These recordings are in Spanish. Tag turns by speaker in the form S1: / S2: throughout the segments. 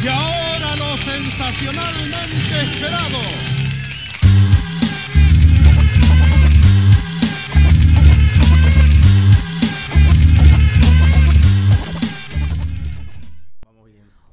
S1: Y ahora lo sensacionalmente esperado.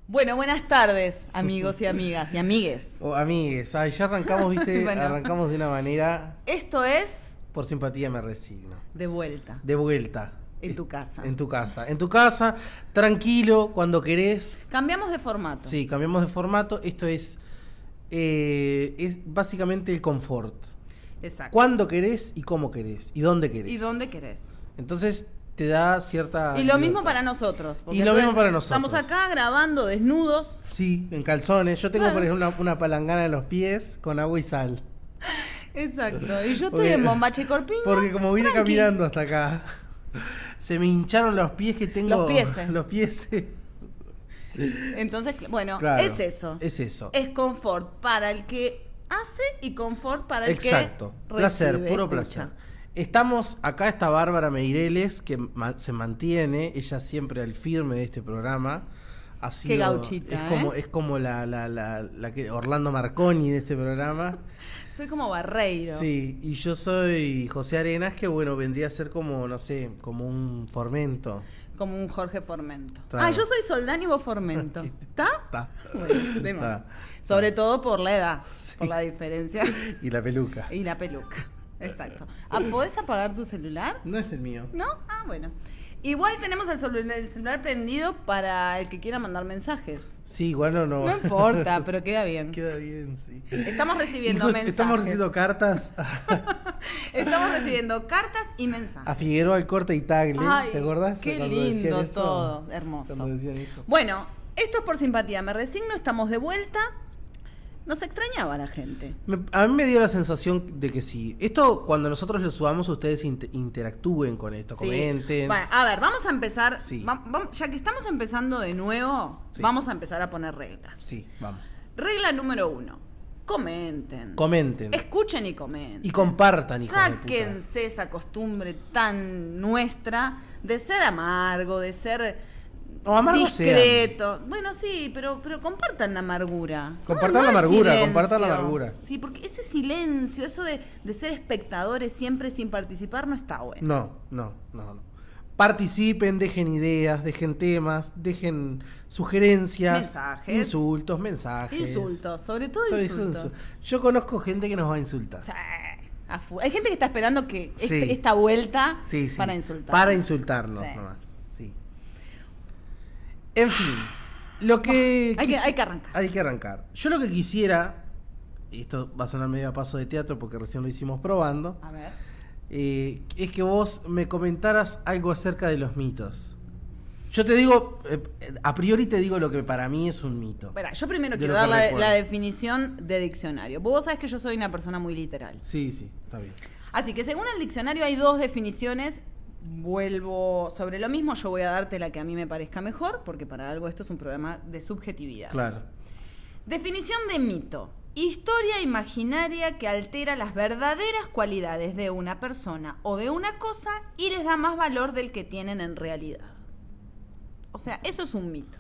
S2: Bueno, buenas tardes, amigos y amigas y amigues.
S3: O Oh, amigues, ay, ya arrancamos, viste,
S2: Bueno.
S3: arrancamos de una manera,
S2: Esto es
S3: por simpatía me resigno.
S2: De Vuelta.
S3: De vuelta.
S2: En
S3: Es-
S2: tu casa.
S3: En tu casa. En tu casa, tranquilo, cuando querés.
S2: Cambiamos de formato.
S3: Sí, cambiamos de formato. Esto es, eh, es básicamente el confort.
S2: Exacto.
S3: Cuando querés y cómo querés. Y dónde querés.
S2: ¿Y dónde querés?
S3: Entonces te da cierta...
S2: y lo mismo
S3: libertad.
S2: para nosotros. porque
S3: Y lo mismo
S2: entonces
S3: para nosotros.
S2: Estamos acá grabando desnudos.
S3: Sí, en calzones. Yo tengo,
S2: Claro.
S3: por ejemplo, una, una palangana en los pies con agua y sal.
S2: Exacto. Y yo estoy
S3: Porque-
S2: en bombache corpiño.
S3: Porque como vine
S2: tranqui.
S3: caminando hasta acá, se me hincharon los pies que tengo.
S2: Los pies.
S3: Los pies.
S2: Entonces, cl- bueno,
S3: Claro,
S2: es eso.
S3: Es eso.
S2: Es confort para el que hace y confort para el
S3: Exacto.
S2: que.
S3: placer,
S2: recibe,
S3: puro
S2: escucha.
S3: placer. Estamos, acá está Bárbara Meireles, que ma- se mantiene, ella siempre al firme de este programa. Ha sido,
S2: gauchita,
S3: Es como,
S2: ¿eh?
S3: es como la, la, la, la que Orlando Marconi de este programa.
S2: Soy como Barreiro.
S3: Sí, y yo soy José Arenas, que bueno, vendría a ser como, no sé, como un formento.
S2: Como un Jorge Formento.
S3: Claro.
S2: Ah, yo soy Soldán y vos Formento. ¿Está?
S3: Pa.
S2: Bueno, de más.
S3: Ta. ah.
S2: Sobre todo por la edad, por la diferencia
S3: Y la peluca.
S2: y la peluca. Exacto. Ah, ¿Podés apagar tu celular?
S3: No es el mío.
S2: ¿No? Ah, bueno. Igual tenemos el, celu- el celular prendido para el que quiera mandar mensajes.
S3: Sí, igual no. No,
S2: No importa, pero queda bien.
S3: Queda bien, sí.
S2: Estamos
S3: Y
S2: recibiendo
S3: justo
S2: mensajes.
S3: Estamos recibiendo cartas a,
S2: Estamos recibiendo cartas y
S3: a
S2: mensajes.
S3: Figueroa al corte y tagle.
S2: Ay,
S3: ¿Te acordás?
S2: qué
S3: cuando decían
S2: lindo
S3: eso?
S2: todo, hermoso.
S3: Cuando decían eso.
S2: Bueno, esto es por simpatía. Me resigno, estamos de vuelta. Nos extrañaba la gente.
S3: Me- a mí me dio la sensación de que sí. Esto, cuando nosotros lo subamos, ustedes inte- interactúen con esto,
S2: Sí.
S3: comenten.
S2: Bueno, a ver, vamos a empezar.
S3: Sí.
S2: va- va- ya que estamos empezando de nuevo,
S3: Sí.
S2: vamos a empezar a poner reglas.
S3: Sí, vamos.
S2: Regla número uno: comenten.
S3: Comenten.
S2: Escuchen y comenten.
S3: Y compartan, hijos de puta.
S2: Sáquense esa costumbre tan nuestra de ser amargo, de ser
S3: O amargos sean.
S2: discreto. Bueno, sí, pero, pero compartan la amargura. No,
S3: Compartan
S2: no
S3: la
S2: el
S3: amargura,
S2: silencio.
S3: compartan la amargura.
S2: Sí, porque ese silencio, eso de, de ser espectadores siempre sin participar, no está bueno.
S3: No, no, no, no. Participen, dejen ideas, dejen temas, dejen sugerencias,
S2: Mensajes.
S3: insultos, mensajes.
S2: Insultos, sobre todo
S3: Soy
S2: insultos.
S3: insulso. Yo conozco gente que nos va a insultar.
S2: O sea, a fu- Hay gente que está esperando que este-
S3: Sí.
S2: esta vuelta
S3: Sí, sí.
S2: para insultar.
S3: Para insultarnos nomás. Sí. En fin, lo que,
S2: Hay que-
S3: quisi-
S2: hay que arrancar.
S3: Hay que arrancar. Yo lo que quisiera, y esto va a sonar medio a paso de teatro porque recién lo hicimos probando,
S2: A ver.
S3: eh, es que vos me comentaras algo acerca de los mitos. Yo te digo, eh, a priori te digo lo que para mí es un mito.
S2: Espera, yo primero
S3: De
S2: quiero
S3: lo
S2: dar
S3: que
S2: la,
S3: recuerdo.
S2: la definición de diccionario. Vos sabés que yo soy una persona muy literal.
S3: Sí, sí, está bien.
S2: Así que según el diccionario hay dos definiciones. Vuelvo sobre lo mismo, yo voy a darte la que a mí me parezca mejor, porque para algo esto es un programa de subjetividad.
S3: Claro.
S2: Definición de mito. Historia imaginaria que altera las verdaderas cualidades de una persona o de una cosa y les da más valor del que tienen en realidad. O sea, eso es un mito.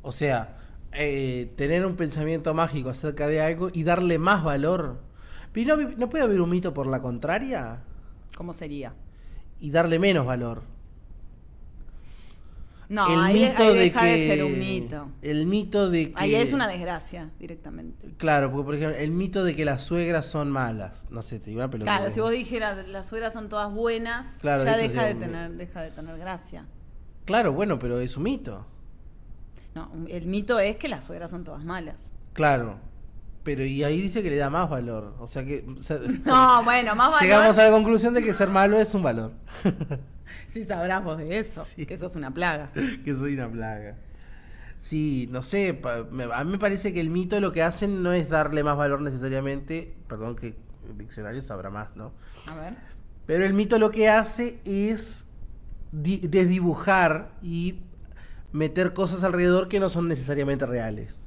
S3: O sea, eh, tener un pensamiento mágico acerca de algo y darle más valor. Pero no, no puede haber un mito por la contraria
S2: ¿Cómo sería?
S3: y darle menos valor.
S2: No,
S3: el
S2: ahí,
S3: mito
S2: ahí
S3: de
S2: deja de,
S3: que-
S2: ser un mito.
S3: El mito de que.
S2: Ahí es una desgracia directamente.
S3: Claro, porque por ejemplo, el mito de que las suegras son malas. No sé, te digo una pelota.
S2: Claro, si vos dijeras las suegras son todas buenas,
S3: Claro,
S2: ya
S3: eso
S2: deja de,
S3: sería un-
S2: tener, deja de tener gracia.
S3: Claro, bueno, pero es un mito.
S2: No, el mito es que las suegras son todas malas.
S3: Claro. Pero y ahí dice que le da más valor. O sea que. ser-
S2: No, bueno, más valor.
S3: Llegamos a la conclusión de que ser malo es un valor.
S2: Sí sabrás vos de eso,
S3: Sí.
S2: que eso es una plaga.
S3: que soy una plaga. Sí, no sé, pa- me- a mí me parece que el mito lo que hacen no es darle más valor necesariamente, perdón que el diccionario sabrá más, ¿no?
S2: A ver.
S3: Pero el mito lo que hace es di- desdibujar y meter cosas alrededor que no son necesariamente reales.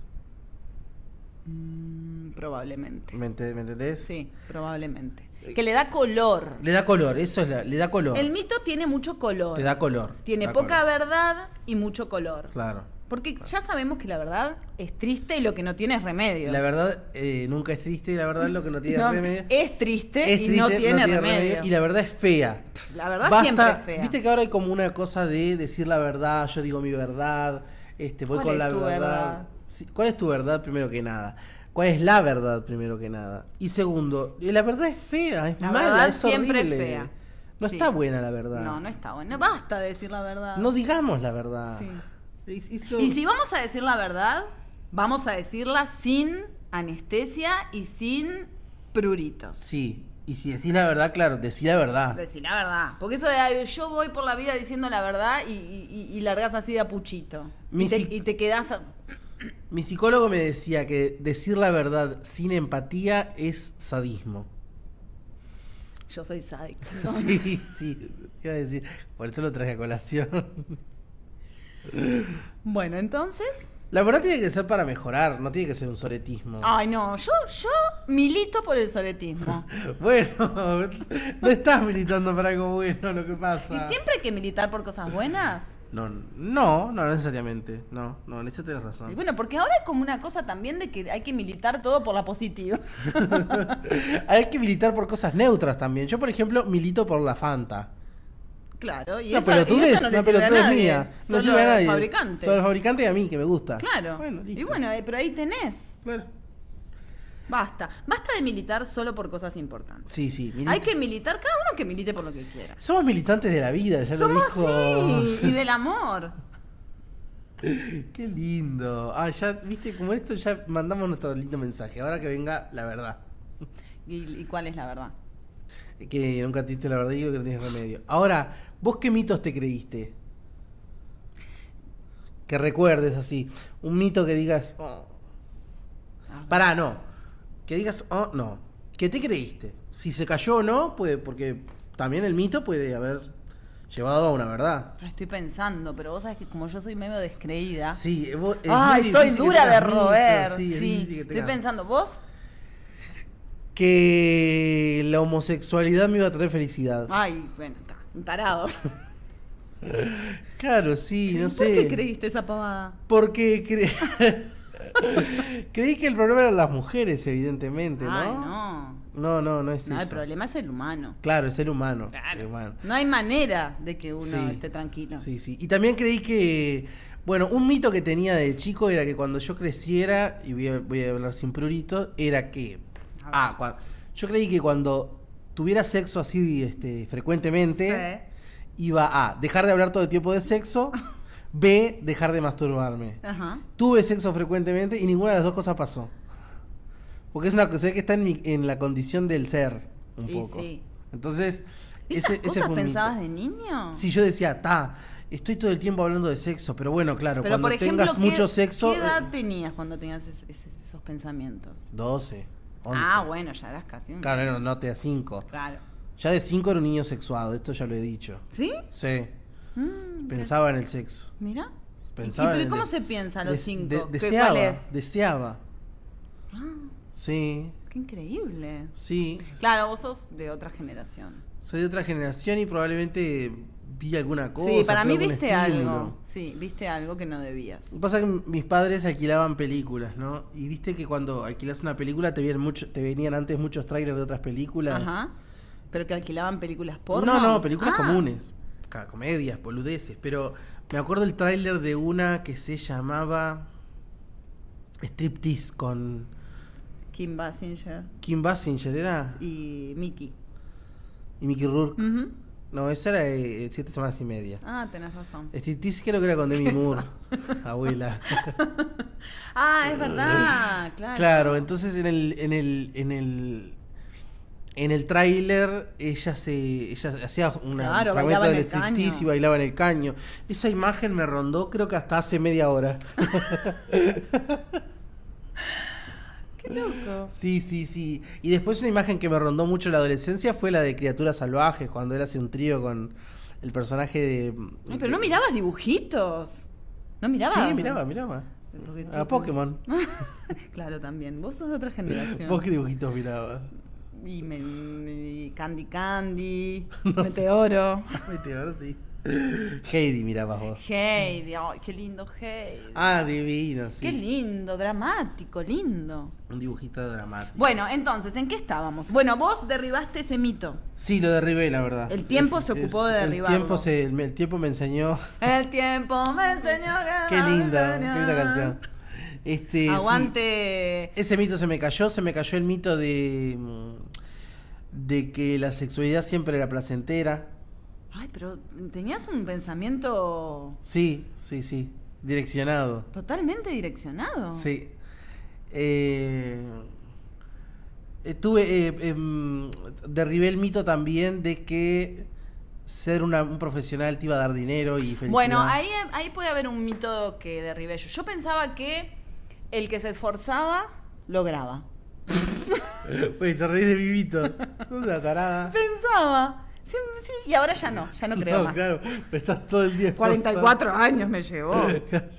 S2: Mm, probablemente.
S3: ¿Me, ente- me entendés?
S2: Sí, probablemente. Que le da color.
S3: Le da color, eso es la, le da color.
S2: El mito tiene mucho color.
S3: Te da color.
S2: tiene
S3: da
S2: poca
S3: color.
S2: verdad y mucho color.
S3: Claro.
S2: Porque ya sabemos que la verdad es triste y lo que no tiene es remedio.
S3: La verdad, eh, nunca es triste y la verdad lo que no tiene
S2: No,
S3: remedio.
S2: es triste
S3: es
S2: y
S3: triste,
S2: no tiene remedio.
S3: Y la verdad es fea.
S2: La verdad
S3: Basta-
S2: siempre es fea.
S3: Viste que ahora hay como una cosa de decir la verdad, yo digo mi verdad, este, voy
S2: ¿Cuál
S3: con
S2: es
S3: la
S2: tu
S3: verdad.
S2: verdad?
S3: Sí, ¿Cuál es tu verdad primero que nada? ¿Cuál es la verdad primero que nada? Y segundo, eh, la verdad es fea, es
S2: La
S3: mala,
S2: verdad
S3: es
S2: siempre es
S3: horrible.
S2: fea.
S3: No
S2: Sí.
S3: está buena la verdad.
S2: No, no está bueno. Basta de decir la verdad.
S3: No digamos la verdad.
S2: Sí.
S3: Es- es-
S2: Y si vamos a decir la verdad, vamos a decirla sin anestesia y sin pruritos.
S3: Sí, y si decís la verdad, claro, decís la verdad.
S2: Decir la verdad. Porque eso de "Ay, yo voy por la vida diciendo la verdad y, y, y- y largas así de apuchito.
S3: Mi
S2: Y te,
S3: si-
S2: y te quedás. a-
S3: Mi psicólogo me decía que decir la verdad sin empatía es sadismo.
S2: Yo soy sádica.
S3: Sí, sí, iba a decir, por eso lo traje a colación.
S2: Bueno, entonces.
S3: La verdad tiene que ser para mejorar, no tiene que ser un soretismo.
S2: Ay, no. Yo, yo milito por el soletismo.
S3: Bueno, no estás militando para algo bueno lo que
S2: Y
S3: pasa.
S2: siempre hay que militar por cosas buenas.
S3: No, no, no necesariamente. No, no, en eso tenés
S2: Y
S3: razón.
S2: bueno, porque ahora es como una cosa también de que hay que militar todo por la positiva.
S3: Hay que militar por cosas neutras también. Yo, por ejemplo, milito por la Fanta.
S2: Claro, y
S3: Una
S2: eso, y
S3: pelotudez,
S2: eso no le
S3: una
S2: sirve a
S3: pelotudez
S2: nadie,
S3: mía. No
S2: solo
S3: sirve a
S2: al
S3: nadie.
S2: fabricante.
S3: Solo al fabricante y a mí, que me gusta.
S2: Claro. y
S3: listo.
S2: bueno, eh, pero ahí tenés.
S3: Bueno.
S2: Basta. Basta de militar solo por cosas importantes.
S3: Sí, sí. milita-
S2: Hay que militar, cada uno que milite por lo que quiera.
S3: Somos militantes de la vida, ya
S2: Somos
S3: lo dijo.
S2: así. Y del amor.
S3: Qué lindo. Ah, ya, viste, como esto ya mandamos nuestro lindo mensaje. Ahora que venga la verdad.
S2: ¿Y, y cuál es la verdad?
S3: Que nunca te diste la verdad y que no tienes remedio. Ahora, ¿vos qué mitos te creíste? Que recuerdes así. Un mito que digas. "Oh".
S2: Ah.
S3: Pará, no. Que digas, oh, no. ¿Qué te creíste? Si se cayó o no, puede, porque también el mito puede haber llevado a una verdad.
S2: Ahora Estoy pensando, pero vos sabés que como yo soy medio descreída.
S3: Sí, vos, es
S2: Ay,
S3: muy
S2: soy
S3: difícil que
S2: dura de
S3: tengas mitos,
S2: roer.
S3: sí, es
S2: sí.
S3: difícil que
S2: Estoy
S3: tengas.
S2: pensando, ¿vos?
S3: que la homosexualidad me iba a traer felicidad.
S2: Ay, bueno, está. un Tarado.
S3: Claro, sí, no
S2: ¿Por
S3: sé.
S2: qué creíste esa pavada?
S3: Porque cre- creí que el problema eran las mujeres, evidentemente, ¿no?
S2: Ay, no.
S3: No, no, no es
S2: No, el
S3: eso.
S2: problema es el humano.
S3: Claro, es el humano.
S2: Claro.
S3: el humano.
S2: No hay manera de que uno
S3: Sí.
S2: esté tranquilo.
S3: Sí, sí. Y también creí que, bueno, un mito que tenía de chico era que cuando yo creciera, y voy a, voy a hablar sin prurito, era que,
S2: A ver.
S3: ah, cua- yo creí que cuando tuviera sexo así, este, frecuentemente, iba a dejar de hablar todo el tiempo de sexo, b, dejar de masturbarme.
S2: Ajá.
S3: Tuve sexo frecuentemente y ninguna de las dos cosas pasó. Porque es una cosa que está en, mi- en la condición del ser, un
S2: Y
S3: poco.
S2: sí.
S3: Entonces,
S2: ¿Esas
S3: ese, ese
S2: cosas
S3: fue un mito.
S2: pensabas de niño?
S3: Sí, yo decía, ta, estoy todo el tiempo hablando de sexo, pero bueno, claro,
S2: Pero
S3: cuando
S2: por ejemplo,
S3: tengas
S2: ¿qué-
S3: mucho sexo.
S2: ¿qué edad
S3: eh,
S2: tenías cuando tenías es- es- esos pensamientos?
S3: 12, 11.
S2: Ah, bueno, ya eras casi un...
S3: Claro, no, no te da 5.
S2: Claro.
S3: Ya de 5 era un niño sexuado, esto ya lo he dicho.
S2: ¿Sí?
S3: Sí,
S2: Mm,
S3: pensaba en el sexo.
S2: Mira.
S3: Pensaba
S2: ¿Y- y-
S3: en
S2: pero
S3: el
S2: cómo
S3: de-
S2: se piensa a
S3: de-
S2: los cinco?
S3: de-
S2: ¿Qué-
S3: deseaba,
S2: ¿Cuál es?
S3: deseaba.
S2: Ah,
S3: Sí,
S2: qué increíble.
S3: sí.
S2: Claro, vos sos de otra generación.
S3: Soy de otra generación y probablemente vi alguna cosa.
S2: sí, para
S3: fue
S2: mí
S3: algún
S2: viste
S3: estímulo.
S2: algo. Sí, viste algo que no debías.
S3: Lo que Pasa es que mis padres alquilaban películas, ¿no? Y viste que cuando alquilas una película te, vienen mucho, te venían antes muchos trailers de otras películas.
S2: Ajá. Pero que alquilaban películas porno.
S3: No, no, películas
S2: Ah,
S3: comunes. Ca- Comedias, boludeces. Pero me acuerdo el tráiler de una que se llamaba Striptease con
S2: Kim Basinger
S3: Kim Basinger, ¿era?
S2: y Mickey.
S3: Y Mickey Rourke.
S2: Ujú.
S3: No, esa era eh, Siete Semanas y Media.
S2: Ah, tenés razón.
S3: Striptease creo que era con Demi Moore, abuela.
S2: Ah, es verdad, claro.
S3: eh, Claro, entonces en el, en el, en el, en el tráiler ella se, ella hacía una
S2: Claro,
S3: fragmento
S2: bailaba en
S3: del
S2: el caño.
S3: striptease y bailaba en el caño. Esa imagen me rondó creo que hasta hace media hora.
S2: Qué loco.
S3: sí, sí, sí. Y después una imagen que me rondó mucho la adolescencia fue la de Criaturas Salvajes, cuando él hace un trío con el personaje de...
S2: Ay, pero no mirabas dibujitos. No mirabas.
S3: Sí, miraba, miraba.
S2: Porque tú-
S3: A Pokémon.
S2: claro, también. Vos sos de otra generación.
S3: ¿Vos qué dibujitos mirabas?
S2: Y, me- y Candy Candy, Meteoro.
S3: Meteor, sí. Heidi mirabas vos.
S2: Heidi, ay, qué lindo Heidi.
S3: Ah, divino, sí.
S2: Qué lindo, dramático, lindo.
S3: Un dibujito dramático.
S2: Bueno, entonces, ¿en qué estábamos? Bueno, vos derribaste ese mito.
S3: Sí, lo derribé, la verdad.
S2: El tiempo se ocupó de derribarlo.
S3: El tiempo, se- el- el tiempo me enseñó.
S2: El tiempo me enseñó que
S3: Qué
S2: no
S3: linda,
S2: me
S3: qué
S2: enseñó.
S3: linda canción. Este, sí.
S2: Aguante.
S3: Ese mito se me cayó, se me cayó el mito de mm, de que la sexualidad siempre era placentera.
S2: Ay, pero tenías un pensamiento
S3: Sí, sí, sí, direccionado.
S2: totalmente direccionado.
S3: Sí. Eh, eh, tuve, eh, em, derribé el mito también de que ser una- un profesional te iba a dar dinero y felicidad.
S2: Bueno, ahí, ahí puede haber un mito que derribé yo. Yo pensaba que el que se esforzaba, lograba.
S3: Pues te reís de mi mito. No seas tarada.
S2: Pensaba. Sí, sí, y ahora ya no, ya no creo
S3: No,
S2: más.
S3: claro, pero estás todo el día.
S2: 44 años me llevó.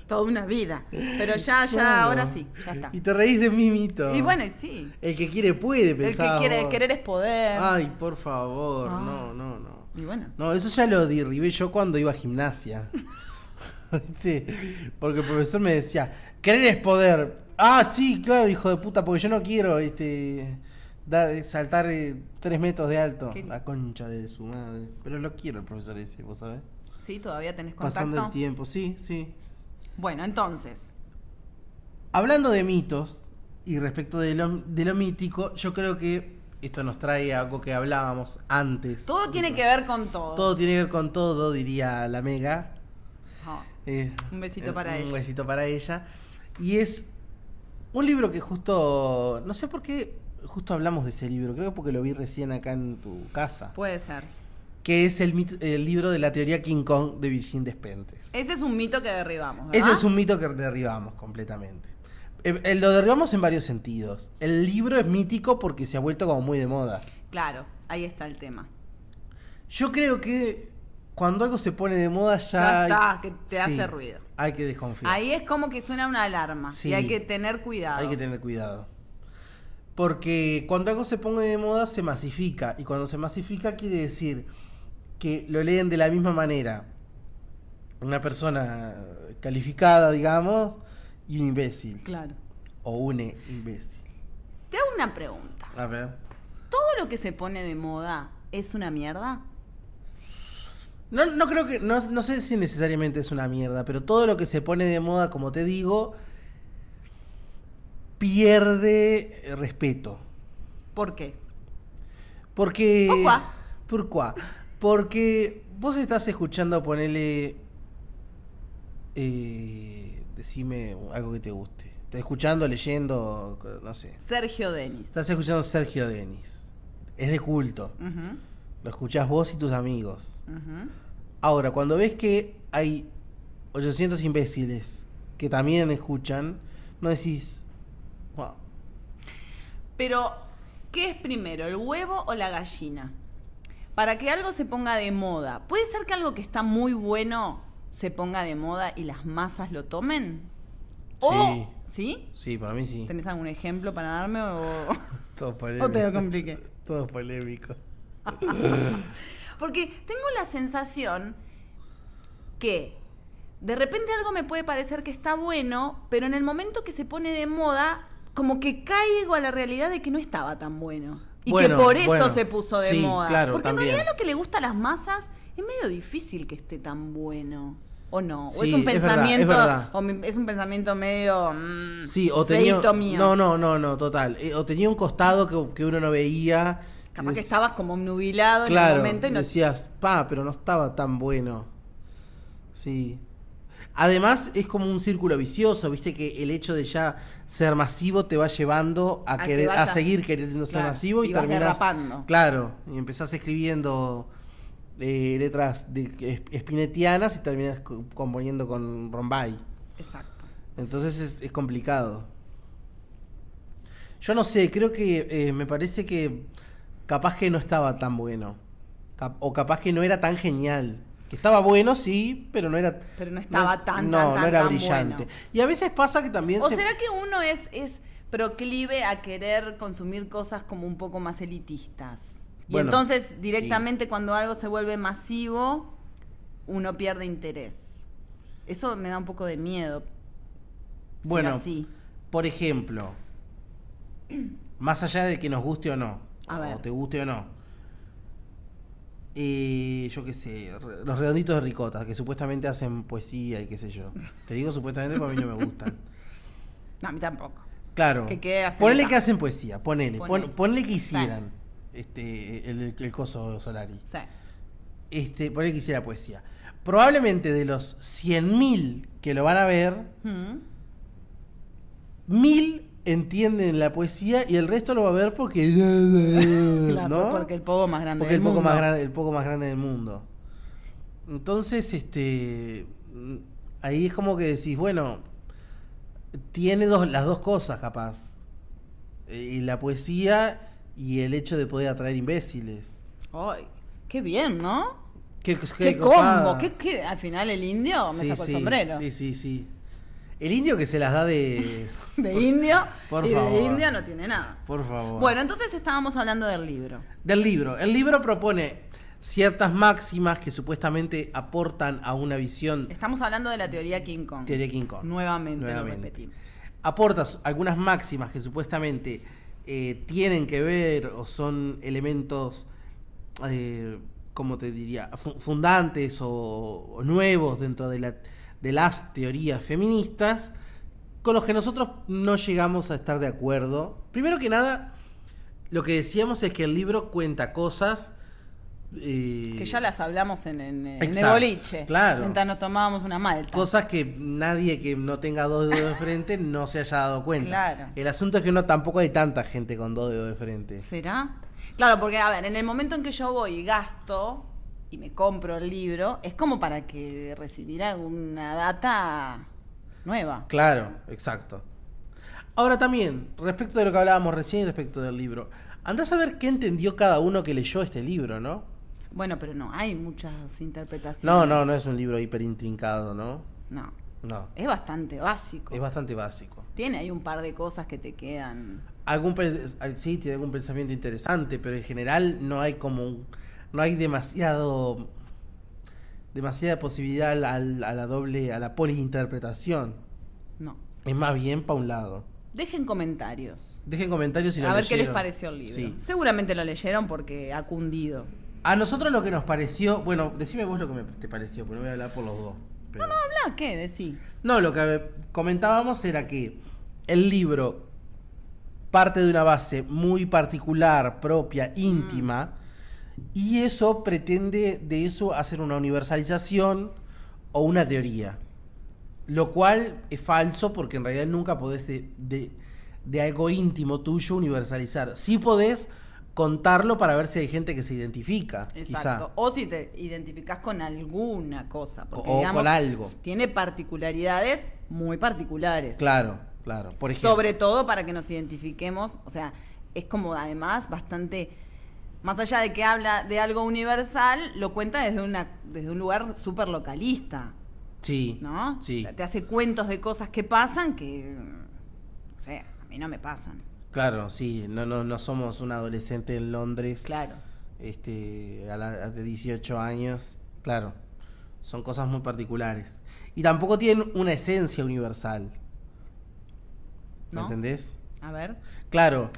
S2: Toda una vida. Pero ya, ya,
S3: Claro.
S2: ahora sí, ya está.
S3: Y te reís de mi mito.
S2: Y bueno, y sí.
S3: El que quiere puede,
S2: El
S3: pensaba.
S2: que quiere,
S3: vos.
S2: querer es poder.
S3: Ay, por favor,
S2: Ah.
S3: no, no, no.
S2: Y bueno.
S3: No, eso ya lo derribé yo cuando iba a gimnasia. ¿Viste? Porque el profesor me decía, querer es poder. Ah, sí, claro, hijo de puta, porque yo no quiero este, da- saltar eh, tres metros de alto.
S2: Qué-
S3: La concha de su madre. Pero lo quiero el profesor ese, vos sabés.
S2: Sí, todavía tenés
S3: Pasando el
S2: contacto.
S3: tiempo, sí, sí.
S2: Bueno, entonces.
S3: Hablando de mitos y respecto de lo, de lo mítico, yo creo que esto nos trae algo que hablábamos antes.
S2: Todo tiene que ver con todo.
S3: Todo tiene que ver con todo, diría la Mega.
S2: Ah,
S3: Eh,
S2: Un besito para ella.
S3: Un besito para ella. Y es un libro que justo, no sé por qué justo hablamos de ese libro, creo que porque lo vi recién acá en tu casa,
S2: Puede ser.
S3: que es el, mit- el libro de la teoría King Kong de Virgin Despentes.
S2: Ese es un mito que derribamos. ¿verdad?
S3: Ese es un mito que derribamos completamente. Eh, eh, lo derribamos en varios sentidos. El libro es mítico porque se ha vuelto como muy de moda.
S2: Claro, ahí está el tema.
S3: Yo creo que cuando algo se pone de moda ya...
S2: Ya
S3: hay-
S2: está, que te hace ruido.
S3: Hay que desconfiar.
S2: Ahí es como que suena una alarma
S3: Sí.
S2: y hay que tener cuidado.
S3: Hay que tener cuidado. Porque cuando algo se pone de moda se masifica. Y cuando se masifica quiere decir que lo leen de la misma manera una persona calificada, digamos, y un imbécil.
S2: Claro.
S3: O un imbécil.
S2: Te hago una pregunta.
S3: A ver.
S2: ¿Todo lo que se pone de moda es una mierda?
S3: No, no creo que. No, no sé si necesariamente es una mierda, pero todo lo que se pone de moda, como te digo, pierde eh, respeto.
S2: ¿Por qué?
S3: Porque.
S2: ¿Por cuá?
S3: ¿Por cuá? Porque vos estás escuchando ponerle. Eh, decime algo que te guste. Estás escuchando, leyendo, no sé.
S2: Sergio Denis.
S3: Estás escuchando Sergio Denis. Es de culto.
S2: Ujú,
S3: Lo escuchás vos y tus amigos.
S2: ujú.
S3: Ahora, cuando ves que hay 800 imbéciles que también escuchan, no decís. "Wow".
S2: Pero, ¿qué es primero, el huevo o la gallina? Para que algo se ponga de moda, ¿puede ser que algo que está muy bueno se ponga de moda y las masas lo tomen? O, ¿Sí?
S3: Sí, para mí sí.
S2: ¿Tenés algún ejemplo para darme o...?
S3: Todo
S2: o te lo compliqué.
S3: Todo polémico.
S2: Porque tengo la sensación que de repente algo me puede parecer que está bueno, pero en el momento que se pone de moda, como que caigo a la realidad de que no estaba tan bueno. Y
S3: Bueno,
S2: que por eso
S3: bueno,
S2: se puso de
S3: sí,
S2: moda.
S3: claro,
S2: Porque en
S3: también.
S2: realidad lo que le gusta a las masas es medio difícil que esté tan bueno. ¿O no? ¿O
S3: Sí,
S2: es un
S3: es verdad, es
S2: pensamiento,
S3: verdad.
S2: o mi- es un pensamiento medio mm,
S3: Sí, o tenía.
S2: feíto mío?
S3: No, no, no, no, total. Eh, o tenía un costado que, que uno no veía.
S2: Capaz que
S3: Dec-
S2: estabas como nubilado en el
S3: Claro,
S2: momento y no
S3: decías, pa, pero no estaba tan bueno. Sí. Además, es como un círculo vicioso, viste que el hecho de ya ser masivo te va llevando a,
S2: A que
S3: querer, a
S2: vaya-
S3: seguir queriendo ser
S2: Claro,
S3: masivo y,
S2: y vas
S3: terminas.
S2: derrapando.
S3: Claro, y empezás escribiendo eh, letras de, esp- espinetianas y terminas co- componiendo con Rombay.
S2: Exacto.
S3: Entonces es, es complicado. Yo no sé, creo que eh, me parece que capaz que no estaba tan bueno. Cap- o capaz que no era tan genial. Que estaba bueno, sí, pero no era...
S2: Pero no estaba tan,
S3: No,
S2: tan, tan,
S3: no era
S2: tan
S3: brillante.
S2: bueno.
S3: Y a veces pasa que también...
S2: ¿O
S3: se-
S2: será que uno es, es proclive a querer consumir cosas como un poco más elitistas? Y
S3: Bueno,
S2: entonces directamente cuando algo se vuelve masivo, uno pierde interés. Eso me da un poco de miedo. ser
S3: Bueno.
S2: así.
S3: Por ejemplo, más allá de que nos guste o no,
S2: A
S3: o
S2: ver.
S3: te guste o no, eh, yo qué sé, re- los redonditos de ricota, que supuestamente hacen poesía y qué sé yo. Te digo supuestamente porque a mí no me gustan.
S2: No, a mí tampoco.
S3: Claro.
S2: Que quede así,
S3: ponele
S2: va.
S3: que hacen poesía, ponele. pon-
S2: Ponele.
S3: Ponele, que hicieran este, el, el coso Solari.
S2: Sí.
S3: Este, ponele que hiciera poesía. Probablemente de los 100.000 que lo van a ver,
S2: Mm.
S3: mil entienden la poesía y el resto lo va a ver porque Mm, ¿no?
S2: Claro, Porque el poco más grande
S3: Porque
S2: del
S3: el poco
S2: mundo.
S3: más grande el poco más grande del mundo entonces este mm, ahí es como que decís bueno tiene dos, las dos cosas capaz Eh, la poesía y el hecho de poder atraer imbéciles
S2: Ay, qué bien, ¿no?
S3: qué,
S2: Qué, combo.
S3: copada.
S2: Qué, qué- Al final el indio me
S3: Sí,
S2: sacó
S3: sí,
S2: el sombrero.
S3: sí sí sí el indio que se las da de
S2: De indio.
S3: Por
S2: y de
S3: favor.
S2: indio no tiene nada.
S3: por favor
S2: Bueno, entonces estábamos hablando del libro.
S3: Del libro. El libro propone ciertas máximas que supuestamente aportan a una visión
S2: Estamos hablando de la teoría King Kong.
S3: teoría King Kong.
S2: Nuevamente, lo
S3: Nuevamente.
S2: repetimos.
S3: Aporta s- algunas máximas que supuestamente eh, tienen que ver o son elementos, eh, como te diría, Fu- fundantes o, o nuevos dentro de, la- de las teorías feministas con los que nosotros no llegamos a estar de acuerdo. Primero que nada, lo que decíamos es que el libro cuenta cosas... eh,
S2: Que ya las hablamos en, en- en el
S3: Exacto,
S2: boliche.
S3: claro.
S2: Mientras nos tomábamos una malta.
S3: Cosas que nadie que no tenga dos dedos de frente no se haya dado cuenta.
S2: Claro.
S3: El asunto es que no tampoco hay tanta gente con dos dedos de frente.
S2: ¿Será? Claro, porque a ver, en el momento en que yo voy y gasto y me compro el libro, es como para que recibir alguna data nueva.
S3: Claro, exacto. Ahora también, respecto de lo que hablábamos recién y respecto del libro, andás a ver qué entendió cada uno que leyó este libro, ¿no?
S2: Bueno, pero no, hay muchas interpretaciones.
S3: No, no, no es un libro hiper intrincado, ¿no?
S2: No,
S3: No,
S2: es bastante básico.
S3: es bastante básico.
S2: Tiene ahí un par de cosas que te quedan.
S3: Algún pens- al- sí, tiene algún pensamiento interesante, pero en general no hay como un- no hay demasiado demasiada posibilidad al- al- a la doble, a la poliinterpretación.
S2: No.
S3: Es más bien para un lado.
S2: Dejen comentarios.
S3: Dejen comentarios si lo
S2: a ver qué les
S3: leyeron.
S2: pareció el libro.
S3: Sí.
S2: Seguramente lo leyeron porque ha cundido.
S3: A nosotros lo que nos pareció, bueno, decime vos lo que me- te pareció, porque no voy a hablar por los dos. pero-
S2: Habla, ¿qué? Decí.
S3: No, lo que comentábamos era que el libro parte de una base muy particular, propia,
S2: Mm.
S3: íntima, y eso pretende de eso hacer una universalización o una teoría. Lo cual es falso porque en realidad nunca podés de, de- de algo íntimo tuyo universalizar. Sí podés contarlo para ver si hay gente que se identifica.
S2: Exacto.
S3: quizá.
S2: O si te identificás con alguna cosa. Porque,
S3: O- o
S2: digamos,
S3: con algo.
S2: Tiene particularidades muy particulares.
S3: Claro, claro. Por ejemplo.
S2: Sobre todo para que nos identifiquemos. O sea, es como además bastante. Más allá de que habla de algo universal, lo cuenta desde, una, desde un lugar súper localista,
S3: Sí.
S2: ¿no?
S3: Sí.
S2: Te hace cuentos de cosas que pasan que. No sé, a mí no me pasan.
S3: Claro, sí, no, no, no somos un adolescente en Londres
S2: Claro.
S3: este, a la- de 18 años, claro, son cosas muy particulares. Y tampoco tienen una esencia universal, ¿me
S2: ¿No?
S3: entendés?
S2: A ver.
S3: Claro,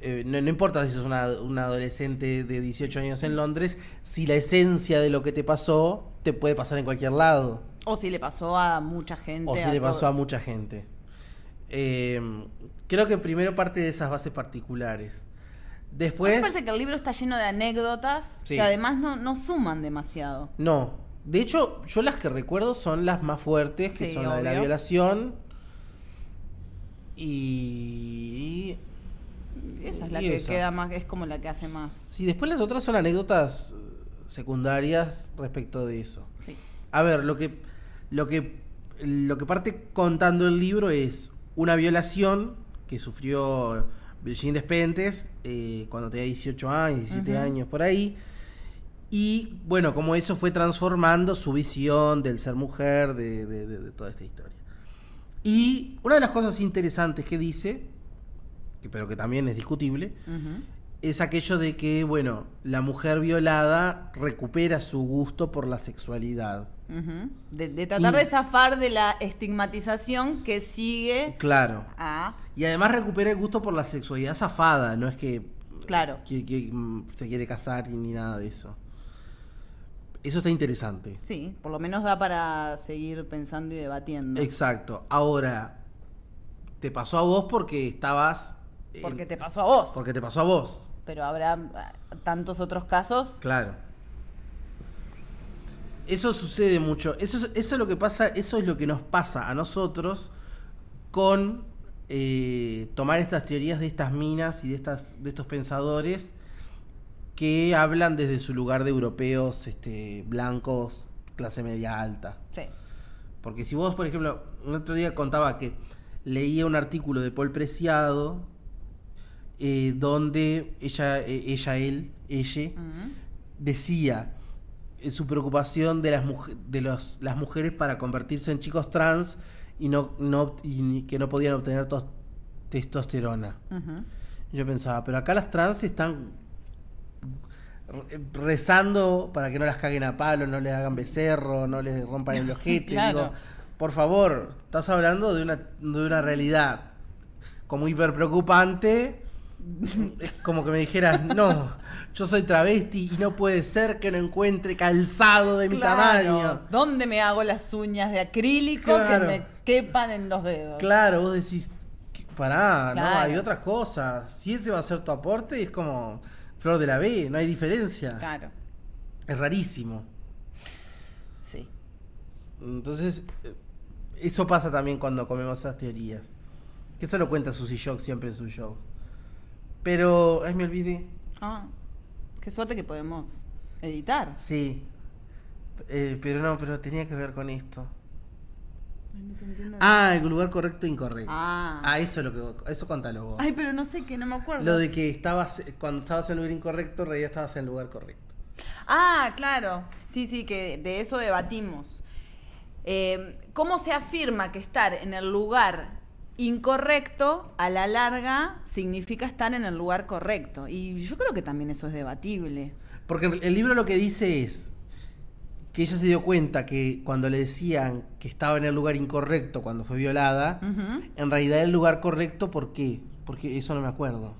S3: eh, no, no importa si sos una, un adolescente de 18 años en Londres, si la esencia de lo que te pasó te puede pasar en cualquier lado.
S2: O si le pasó a mucha gente.
S3: O si le
S2: todo-
S3: pasó a mucha gente. Eh, creo que primero parte de esas bases
S2: A
S3: particulares.
S2: mí
S3: Después...
S2: me parece que el libro está lleno de anécdotas
S3: pues Sí.
S2: que además no, no suman demasiado.
S3: No. De hecho, yo las que recuerdo son las más fuertes, que
S2: Sí,
S3: son la de la
S2: obvio.
S3: violación. Y.
S2: Esa es la
S3: Y
S2: que
S3: esa.
S2: queda más, es como la que hace más.
S3: Sí, después las otras son anécdotas eh, secundarias respecto de eso.
S2: Sí.
S3: A ver, lo que, lo que, lo que parte contando el libro es una violación que sufrió Virgin Despentes eh, cuando tenía 18 años, 17
S2: Ujú.
S3: años por ahí. Y bueno, como eso fue transformando su visión del ser mujer, de, de- de- de toda esta historia. Y una de las cosas interesantes que dice, que- pero que también es discutible,
S2: Ujú.
S3: es aquello de que, bueno, la mujer violada recupera su gusto por la sexualidad.
S2: Ujú. de, de tratar
S3: Y-
S2: de zafar de la estigmatización que sigue
S3: Claro.
S2: a...
S3: Y además recupera el gusto por la sexualidad zafada, no es que,
S2: Claro.
S3: que- que, mm, se quiere casar ni nada de eso. Eso está interesante.
S2: Sí, por lo menos da para seguir pensando y debatiendo.
S3: Exacto. Ahora, te pasó a vos porque estabas... en-
S2: Porque te pasó a vos.
S3: porque te pasó a vos.
S2: Pero habrá ah, tantos otros casos.
S3: Claro. Eso sucede mucho. Eso, es- eso es lo que pasa, eso es lo que nos pasa a nosotros con eh, tomar estas teorías de estas minas y de estas, de estos pensadores que hablan desde su lugar de europeos, este, blancos, clase media alta.
S2: Sí.
S3: Porque si vos, por ejemplo, un otro día contaba que leía un artículo de Paul Preciado eh, donde ella, eh, ella, él, ella,
S2: Ujú.
S3: decía eh, su preocupación de las, muj- de los- las mujeres para convertirse en chicos trans y, no, no, y ni- que no podían obtener tos- testosterona.
S2: Ujú.
S3: Yo pensaba, pero acá las trans están re- rezando para que no las caguen a palo, no les hagan becerro, no les rompan el ojete.
S2: Claro.
S3: Digo, por favor, estás hablando de una, de una realidad como hiper preocupante. Es como que me dijeras, no, yo soy travesti y no puede ser que no encuentre calzado de mi
S2: Claro.
S3: tamaño.
S2: ¿Dónde me hago las uñas de acrílico que
S3: Claro.
S2: me quepan en los dedos?
S3: Claro, vos decís, "¿Qué- pará, no,
S2: Claro.
S3: hay otras cosas. Si ese va a ser tu aporte, es como flor de la B, no hay diferencia.
S2: Claro.
S3: Es rarísimo.
S2: Sí.
S3: Entonces, eh, eso pasa también cuando comemos esas teorías. Que eso lo cuenta Susy Shock siempre en su show. Pero, ay, me olvidé.
S2: Ah, qué suerte que podemos editar.
S3: Sí. Eh, pero no, pero tenía que ver con esto. Ah, el lugar correcto e incorrecto.
S2: Ah.
S3: eso es lo que eso contalo vos.
S2: Ay, pero no sé qué, no me acuerdo.
S3: lo de que estabas cuando estabas en el lugar incorrecto, en realidad estabas en el lugar correcto.
S2: Ah, claro. Sí, sí, que de eso debatimos. Eh, ¿Cómo se afirma que estar en el lugar incorrecto a la larga significa estar en el lugar correcto? Y yo creo que también eso es debatible.
S3: Porque el libro lo que dice es que ella se dio cuenta que cuando le decían que estaba en el lugar incorrecto cuando fue violada,
S2: Ujú.
S3: en realidad el lugar correcto, ¿por qué? Porque eso no me acuerdo.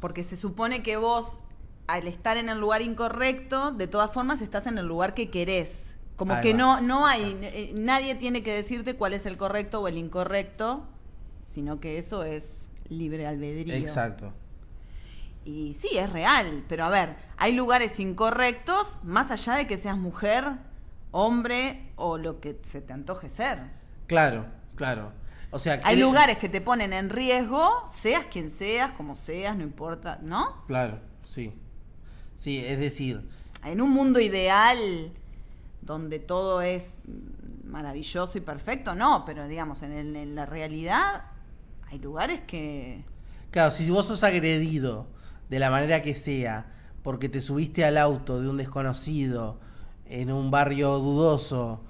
S2: Porque se supone que vos, al estar en el lugar incorrecto, de todas formas estás en el lugar que querés. Como
S3: Ahí
S2: que
S3: va.
S2: no, no hay, eh, nadie tiene que decirte cuál es el correcto o el incorrecto, sino que eso es libre albedrío.
S3: Exacto.
S2: Y sí, es real, pero a ver, hay lugares incorrectos más allá de que seas mujer, hombre o lo que se te antoje ser.
S3: Claro, claro. O sea,
S2: Hay
S3: cre-
S2: lugares que te ponen en riesgo, seas quien seas, como seas, no importa, ¿no?
S3: Claro, sí. Sí, es decir,
S2: En un mundo ideal donde todo es mm, maravilloso y perfecto, no, pero digamos, en, el- en la realidad hay lugares que...
S3: claro, si vos sos agredido de la manera que sea, porque te subiste al auto de un desconocido en un barrio dudoso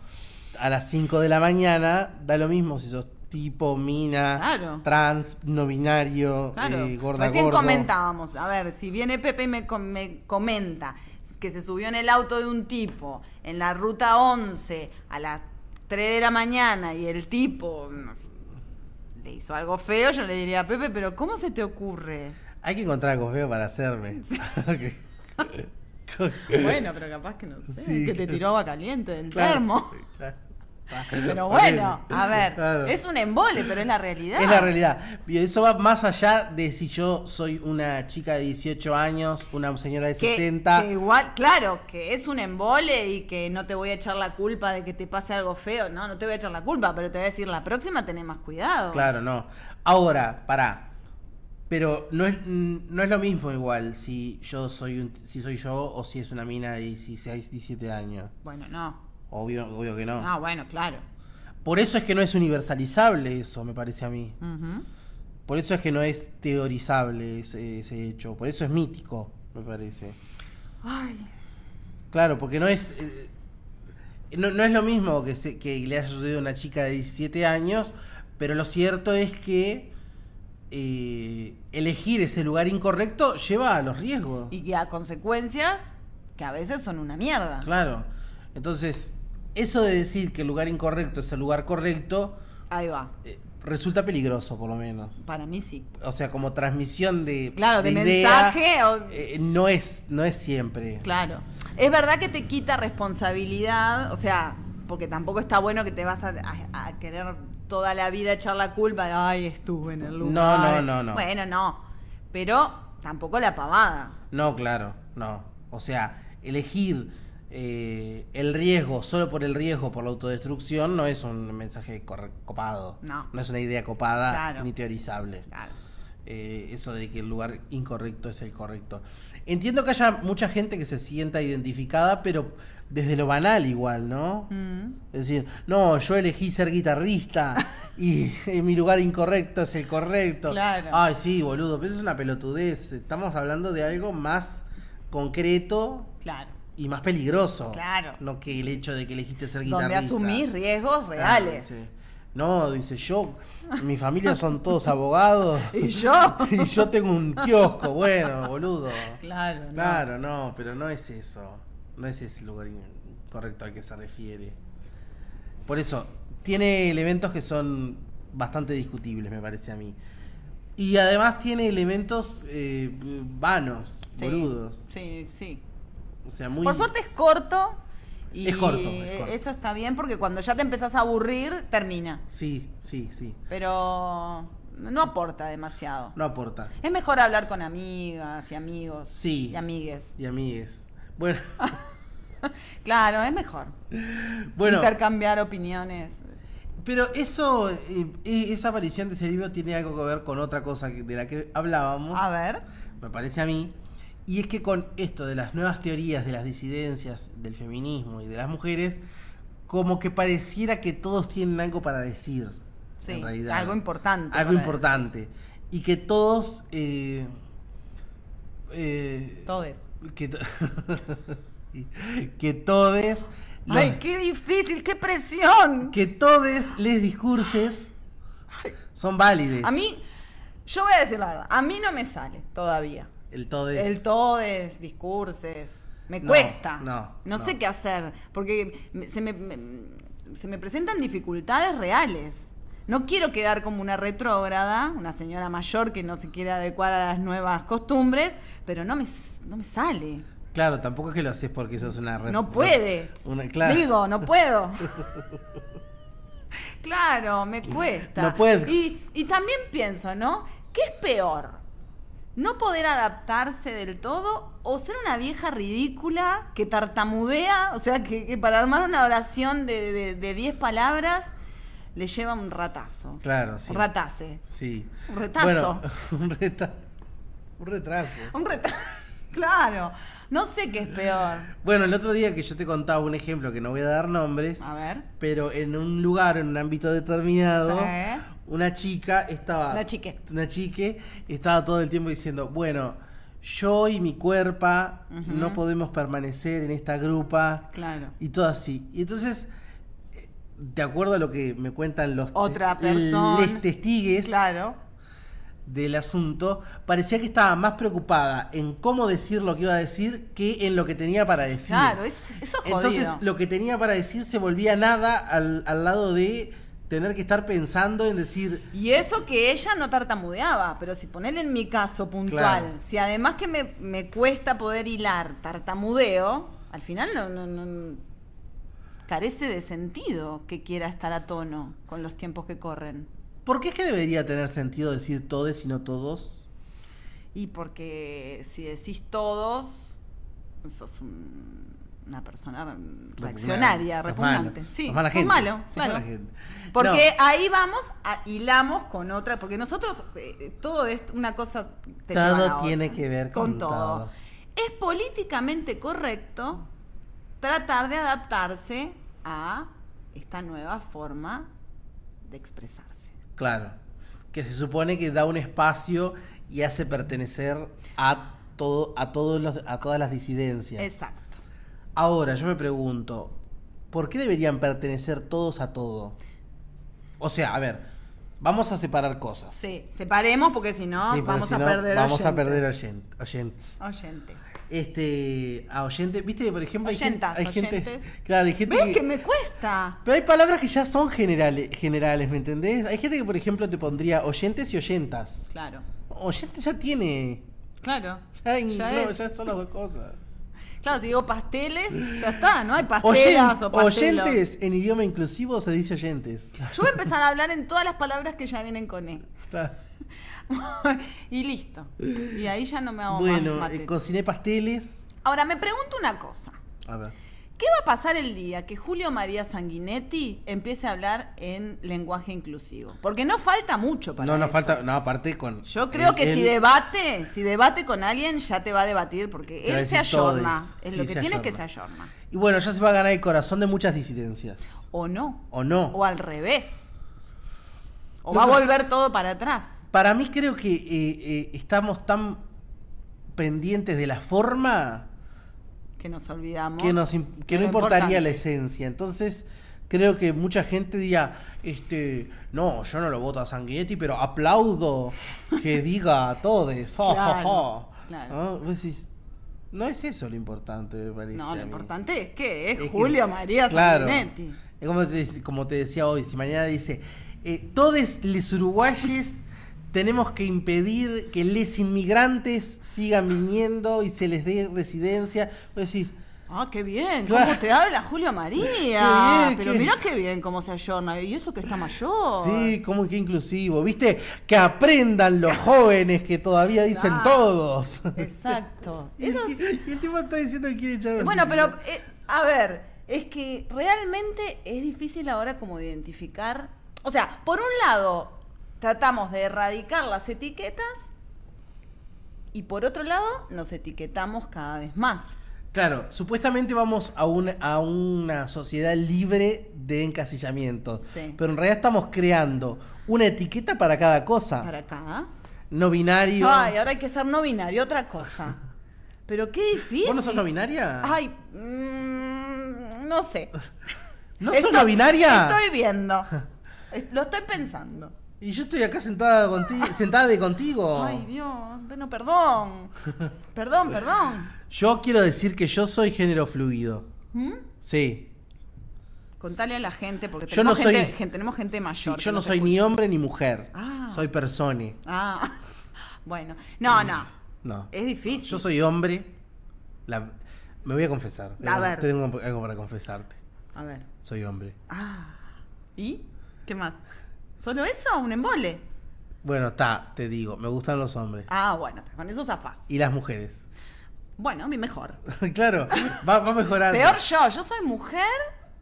S3: a las 5 de la mañana, da lo mismo si sos tipo, mina,
S2: Claro.
S3: trans, no binario,
S2: Claro,
S3: eh, gorda,
S2: recién
S3: gordo.
S2: comentábamos, a ver, si viene Pepe y me, com- me comenta que se subió en el auto de un tipo en la ruta 11 a las 3 de la mañana y el tipo no sé, le hizo algo feo, yo le diría, Pepe, pero ¿cómo se te ocurre?
S3: Hay que encontrar algo feo para hacerme.
S2: Bueno, pero capaz que no sé,
S3: Sí.
S2: que te tiró agua caliente del
S3: Claro,
S2: termo.
S3: claro.
S2: Pero bueno,
S3: Horrible.
S2: a ver,
S3: Claro.
S2: es un embole, pero es la realidad.
S3: Es la realidad. Y eso va más allá de si yo soy una chica de 18 años, una señora de
S2: que,
S3: 60.
S2: que igual, claro, que es un embole y que no te voy a echar la culpa de que te pase algo feo, no, no te voy a echar la culpa, pero te voy a decir la próxima tenés más cuidado.
S3: Claro, no. Ahora, pará. Pero no es, mm, no es lo mismo igual si yo soy un, si soy yo o si es una mina de 16, 17 años.
S2: Bueno, no.
S3: Obvio, obvio que no.
S2: Ah, bueno, claro.
S3: Por eso es que no es universalizable eso, me parece a mí.
S2: Ujú.
S3: Por eso es que no es teorizable ese, ese hecho. Por eso es mítico, me parece.
S2: Ay,
S3: Claro, porque no es. eh, no, no es lo mismo que, se- que le haya sucedido a una chica de 17 años, pero lo cierto es que eh, elegir ese lugar incorrecto lleva a los riesgos.
S2: y que a consecuencias que a veces son una mierda.
S3: Claro. Entonces, eso de decir que el lugar incorrecto es el lugar correcto
S2: Ahí va.
S3: eh, resulta peligroso, por lo menos.
S2: Para mí sí.
S3: O sea, como transmisión de.
S2: Claro, de
S3: idea,
S2: mensaje o-
S3: eh, no, es, no es siempre.
S2: Claro. Es verdad que te quita responsabilidad, o sea, porque tampoco está bueno que te vas a, a- a querer toda la vida echar la culpa de, ay, estuve en el
S3: No,
S2: lugar.
S3: no, no, no.
S2: Bueno, no. Pero tampoco la pavada.
S3: No, claro, no. O sea, elegir eh, el riesgo solo por el riesgo, por la autodestrucción, no es un mensaje corre- copado.
S2: No.
S3: es una idea copada
S2: Claro.
S3: ni teorizable.
S2: Claro.
S3: Eh, eso de que el lugar incorrecto es el correcto. Entiendo que haya mucha gente que se sienta identificada, pero desde lo banal igual, ¿no?
S2: Mm.
S3: Es decir, no, yo elegí ser guitarrista y, y mi lugar incorrecto es el correcto.
S2: Claro.
S3: Ay, sí, boludo, pero eso es una pelotudez. Estamos hablando de algo más concreto
S2: Claro.
S3: y más peligroso.
S2: Claro.
S3: No que el hecho de que elegiste ser
S2: Donde
S3: guitarrista.
S2: asumís riesgos
S3: Ah,
S2: reales.
S3: sí. No, dice yo, mi familia son todos abogados.
S2: Y yo.
S3: y yo tengo un kiosco, bueno, boludo.
S2: Claro, no.
S3: Claro, no, pero no es eso. No es ese lugar in- correcto al que se refiere. Por eso, tiene elementos que son bastante discutibles, me parece a mí. Y además tiene elementos eh, vanos,
S2: Sí.
S3: boludos.
S2: Sí, sí.
S3: O sea, muy.
S2: Por suerte es corto. Y
S3: Es corto, es corto.
S2: Eso está bien porque cuando ya te empezás a aburrir, termina.
S3: Sí, sí, sí.
S2: Pero no aporta demasiado.
S3: No aporta.
S2: Es mejor hablar con amigas y amigos.
S3: Sí.
S2: Y amigues.
S3: Y amigues. Bueno,
S2: Claro, es mejor.
S3: bueno.
S2: Intercambiar opiniones.
S3: Pero eso, eh, eh, esa aparición de ese libro tiene algo que ver con otra cosa que- de la que hablábamos.
S2: A ver.
S3: me parece a mí. Y es que con esto de las nuevas teorías, de las disidencias, del feminismo y de las mujeres, como que pareciera que todos tienen algo para decir.
S2: Sí,
S3: en realidad.
S2: algo importante
S3: Algo
S2: para
S3: importante. Y que todos... eh, eh,
S2: Todes.
S3: que, to- que todes... los-
S2: Ay, qué difícil, qué presión.
S3: que todes les discurses son válidos.
S2: A mí, yo voy a decir la verdad, a mí no me sale todavía.
S3: El todes...
S2: El todes, discurses. Me
S3: No,
S2: cuesta.
S3: no, no.
S2: sé qué hacer. Porque me- se me, me- se me presentan dificultades reales. No quiero quedar como una retrógrada, una señora mayor que no se quiere adecuar a las nuevas costumbres, pero no me, s- no me sale.
S3: Claro, tampoco es que lo haces porque sos una... re-
S2: No puede.
S3: Una, claro.
S2: Digo, no puedo. claro, me cuesta.
S3: No puedes.
S2: Y, y también pienso, ¿no? ¿Qué es peor? ¿No poder adaptarse del todo o ser una vieja ridícula que tartamudea? O sea, que, que para armar una oración de de- de 10 palabras le lleva un ratazo.
S3: Claro, sí.
S2: Un ratase.
S3: Sí.
S2: Un retazo.
S3: Bueno, un, reta- un retraso.
S2: Un retazo. claro. No sé qué es peor.
S3: Bueno, el otro día que yo te contaba un ejemplo que no voy a dar nombres,
S2: A ver.
S3: pero en un lugar, en un ámbito determinado,
S2: Sí.
S3: una chica estaba.
S2: Una chique.
S3: Una chique estaba todo el tiempo diciendo, bueno, yo y mi cuerpo
S2: Ujú.
S3: no podemos permanecer en esta grupa.
S2: Claro.
S3: Y todo así. Y entonces, eh, de acuerdo a lo que me cuentan los
S2: Otra
S3: te-
S2: persona.
S3: les testigues,
S2: Claro.
S3: del asunto, parecía que estaba más preocupada en cómo decir lo que iba a decir que en lo que tenía para decir.
S2: Claro, eso, eso es jodido.
S3: Entonces, lo que tenía para decir se volvía nada al, al lado de tener que estar pensando en decir.
S2: Y eso que ella no tartamudeaba, pero si ponerle en mi caso puntual,
S3: Claro.
S2: si además que me, me cuesta poder hilar tartamudeo, al final no, no, no- carece de sentido que quiera estar a tono con los tiempos que corren.
S3: ¿Por qué es que debería tener sentido decir todes y no todos?
S2: Y porque si decís todos, sos un- una persona reaccionaria,
S3: Sos
S2: repugnante.
S3: malo.
S2: Sí,
S3: Sos mala
S2: sos
S3: gente.
S2: malo,
S3: Sos
S2: claro.
S3: mala gente.
S2: Porque
S3: No,
S2: ahí vamos, a, hilamos con otra, porque nosotros, eh, eh, todo es una cosa te
S3: Todo
S2: lleva a la
S3: tiene
S2: otra.
S3: que ver con todo.
S2: Es políticamente correcto tratar de adaptarse a esta nueva forma de expresarse.
S3: Claro. Que se supone que da un espacio y hace pertenecer a todo, a todos los, a todas las disidencias.
S2: Exacto.
S3: Ahora, yo me pregunto, ¿por qué deberían pertenecer todos a todo? O sea, a ver, vamos a separar cosas.
S2: Sí, separemos porque si no
S3: Sí, porque
S2: vamos
S3: si
S2: a perder
S3: vamos a
S2: oyentes.
S3: perder oyen- oyentes.
S2: oyentes.
S3: este, a oyentes. Viste, que, por ejemplo, hay gente,
S2: Oyentas,
S3: hay gente.
S2: oyentes.
S3: Claro, hay gente.
S2: ¿Ves
S3: que-
S2: que me cuesta?
S3: Pero hay palabras que ya son generales, generales, ¿me entendés? Hay gente que, por ejemplo, te pondría oyentes y oyentas.
S2: Claro,
S3: Oyente ya tiene.
S2: claro.
S3: Ya, en-
S2: Ya
S3: no,
S2: es.
S3: ya son las dos cosas.
S2: Claro, si digo pasteles, ya está, no hay pastelas
S3: Oyen-
S2: o pastelos.
S3: oyentes en idioma inclusivo se dice oyentes.
S2: Yo voy a empezar a hablar en todas las palabras que ya vienen con E.
S3: Claro.
S2: y listo. Y ahí ya no me hago
S3: bueno,
S2: más
S3: eh,
S2: mate.
S3: cociné pasteles.
S2: Ahora, me pregunto una cosa.
S3: A ver.
S2: ¿Qué va a pasar el día que Julio María Sanguinetti empiece a hablar en lenguaje inclusivo? Porque no falta mucho para
S3: No, no
S2: eso.
S3: falta. No, aparte con.
S2: Yo creo
S3: el-
S2: que si
S3: el-
S2: debate, si debate con alguien, ya te va a debatir,
S3: Te
S2: porque
S3: va a
S2: él se
S3: decir
S2: ayorna.
S3: todes.
S2: Es
S3: Sí,
S2: lo que
S3: se
S2: tiene es que se
S3: ayorna.
S2: ayorna.
S3: Y bueno, ya se va a ganar el corazón de muchas disidencias.
S2: O no.
S3: ¿O no?
S2: O al revés. O
S3: No,
S2: va a
S3: pero-
S2: volver todo para atrás.
S3: Para mí creo que eh, eh, estamos tan pendientes de la forma
S2: Que nos olvidamos.
S3: que, nos, im- que
S2: de
S3: no
S2: lo
S3: importaría
S2: importante.
S3: la esencia. Entonces, creo que mucha gente diga, este, no, yo no lo voto a Sanguinetti, pero aplaudo que diga a todos. ja, ja,
S2: Claro,
S3: ja".
S2: claro.
S3: ¿No? Vos decís, no es eso lo importante, me parece.
S2: No,
S3: a
S2: lo
S3: mí.
S2: importante es que es,
S3: Es que-
S2: Julio María
S3: claro.
S2: Sanguinetti.
S3: Es como te, como te decía hoy, si mañana dice, eh, todos los uruguayes tenemos que impedir que les inmigrantes sigan viniendo y se les dé residencia. Vos decís,
S2: Ah, qué bien,
S3: Claro.
S2: cómo te habla Julio María.
S3: Qué bien,
S2: Pero
S3: qué-
S2: mirá qué bien cómo se ayorna. Y eso que está mayor.
S3: Sí, como que inclusivo, ¿viste? Que aprendan los jóvenes que todavía dicen
S2: Claro.
S3: todos.
S2: Exacto.
S3: Y el
S2: Eso
S3: ti-
S2: sí.
S3: y el tipo está diciendo que quiere echar a los
S2: Bueno, pero
S3: indígenas.
S2: eh, a ver, es que realmente es difícil ahora como identificar. O sea, por un lado, tratamos de erradicar las etiquetas y por otro lado, nos etiquetamos cada vez más.
S3: Claro, supuestamente vamos a, un- a una sociedad libre de encasillamiento.
S2: Sí.
S3: Pero en realidad estamos creando una etiqueta para cada cosa.
S2: Para acá.
S3: No binario.
S2: Ay, ahora hay que ser no binario, otra cosa. Pero qué difícil.
S3: ¿Vos no sos no binaria?
S2: Ay, mm, no sé.
S3: ¿No
S2: Estoy-
S3: sos no binaria?
S2: Estoy viendo. Es- Lo estoy pensando.
S3: Y yo estoy acá sentada contigo, sentada de contigo.
S2: Ay, Dios. Bueno, perdón. Perdón, perdón.
S3: Yo quiero decir que yo soy género fluido.
S2: ¿Mm?
S3: Sí.
S2: Contale a la gente, porque
S3: Yo
S2: tenemos,
S3: no soy-
S2: gente, gen- tenemos gente mayor.
S3: Sí,
S2: que
S3: yo no
S2: nos
S3: soy
S2: escucha.
S3: ni hombre ni mujer.
S2: Ah.
S3: Soy persone.
S2: Ah, bueno. No, no.
S3: No.
S2: Es difícil.
S3: Yo soy hombre. La- Me voy a confesar.
S2: A
S3: Tengo-
S2: ver.
S3: Tengo algo para confesarte.
S2: A ver.
S3: Soy hombre.
S2: Ah. ¿Y? ¿Qué más? ¿Solo eso? ¿Un embole?
S3: Bueno, está, te digo. Me gustan los hombres.
S2: Ah, bueno, con eso zafás.
S3: Y las mujeres.
S2: Bueno, a mí mejor.
S3: claro, va, va mejorando.
S2: Peor yo, yo soy mujer,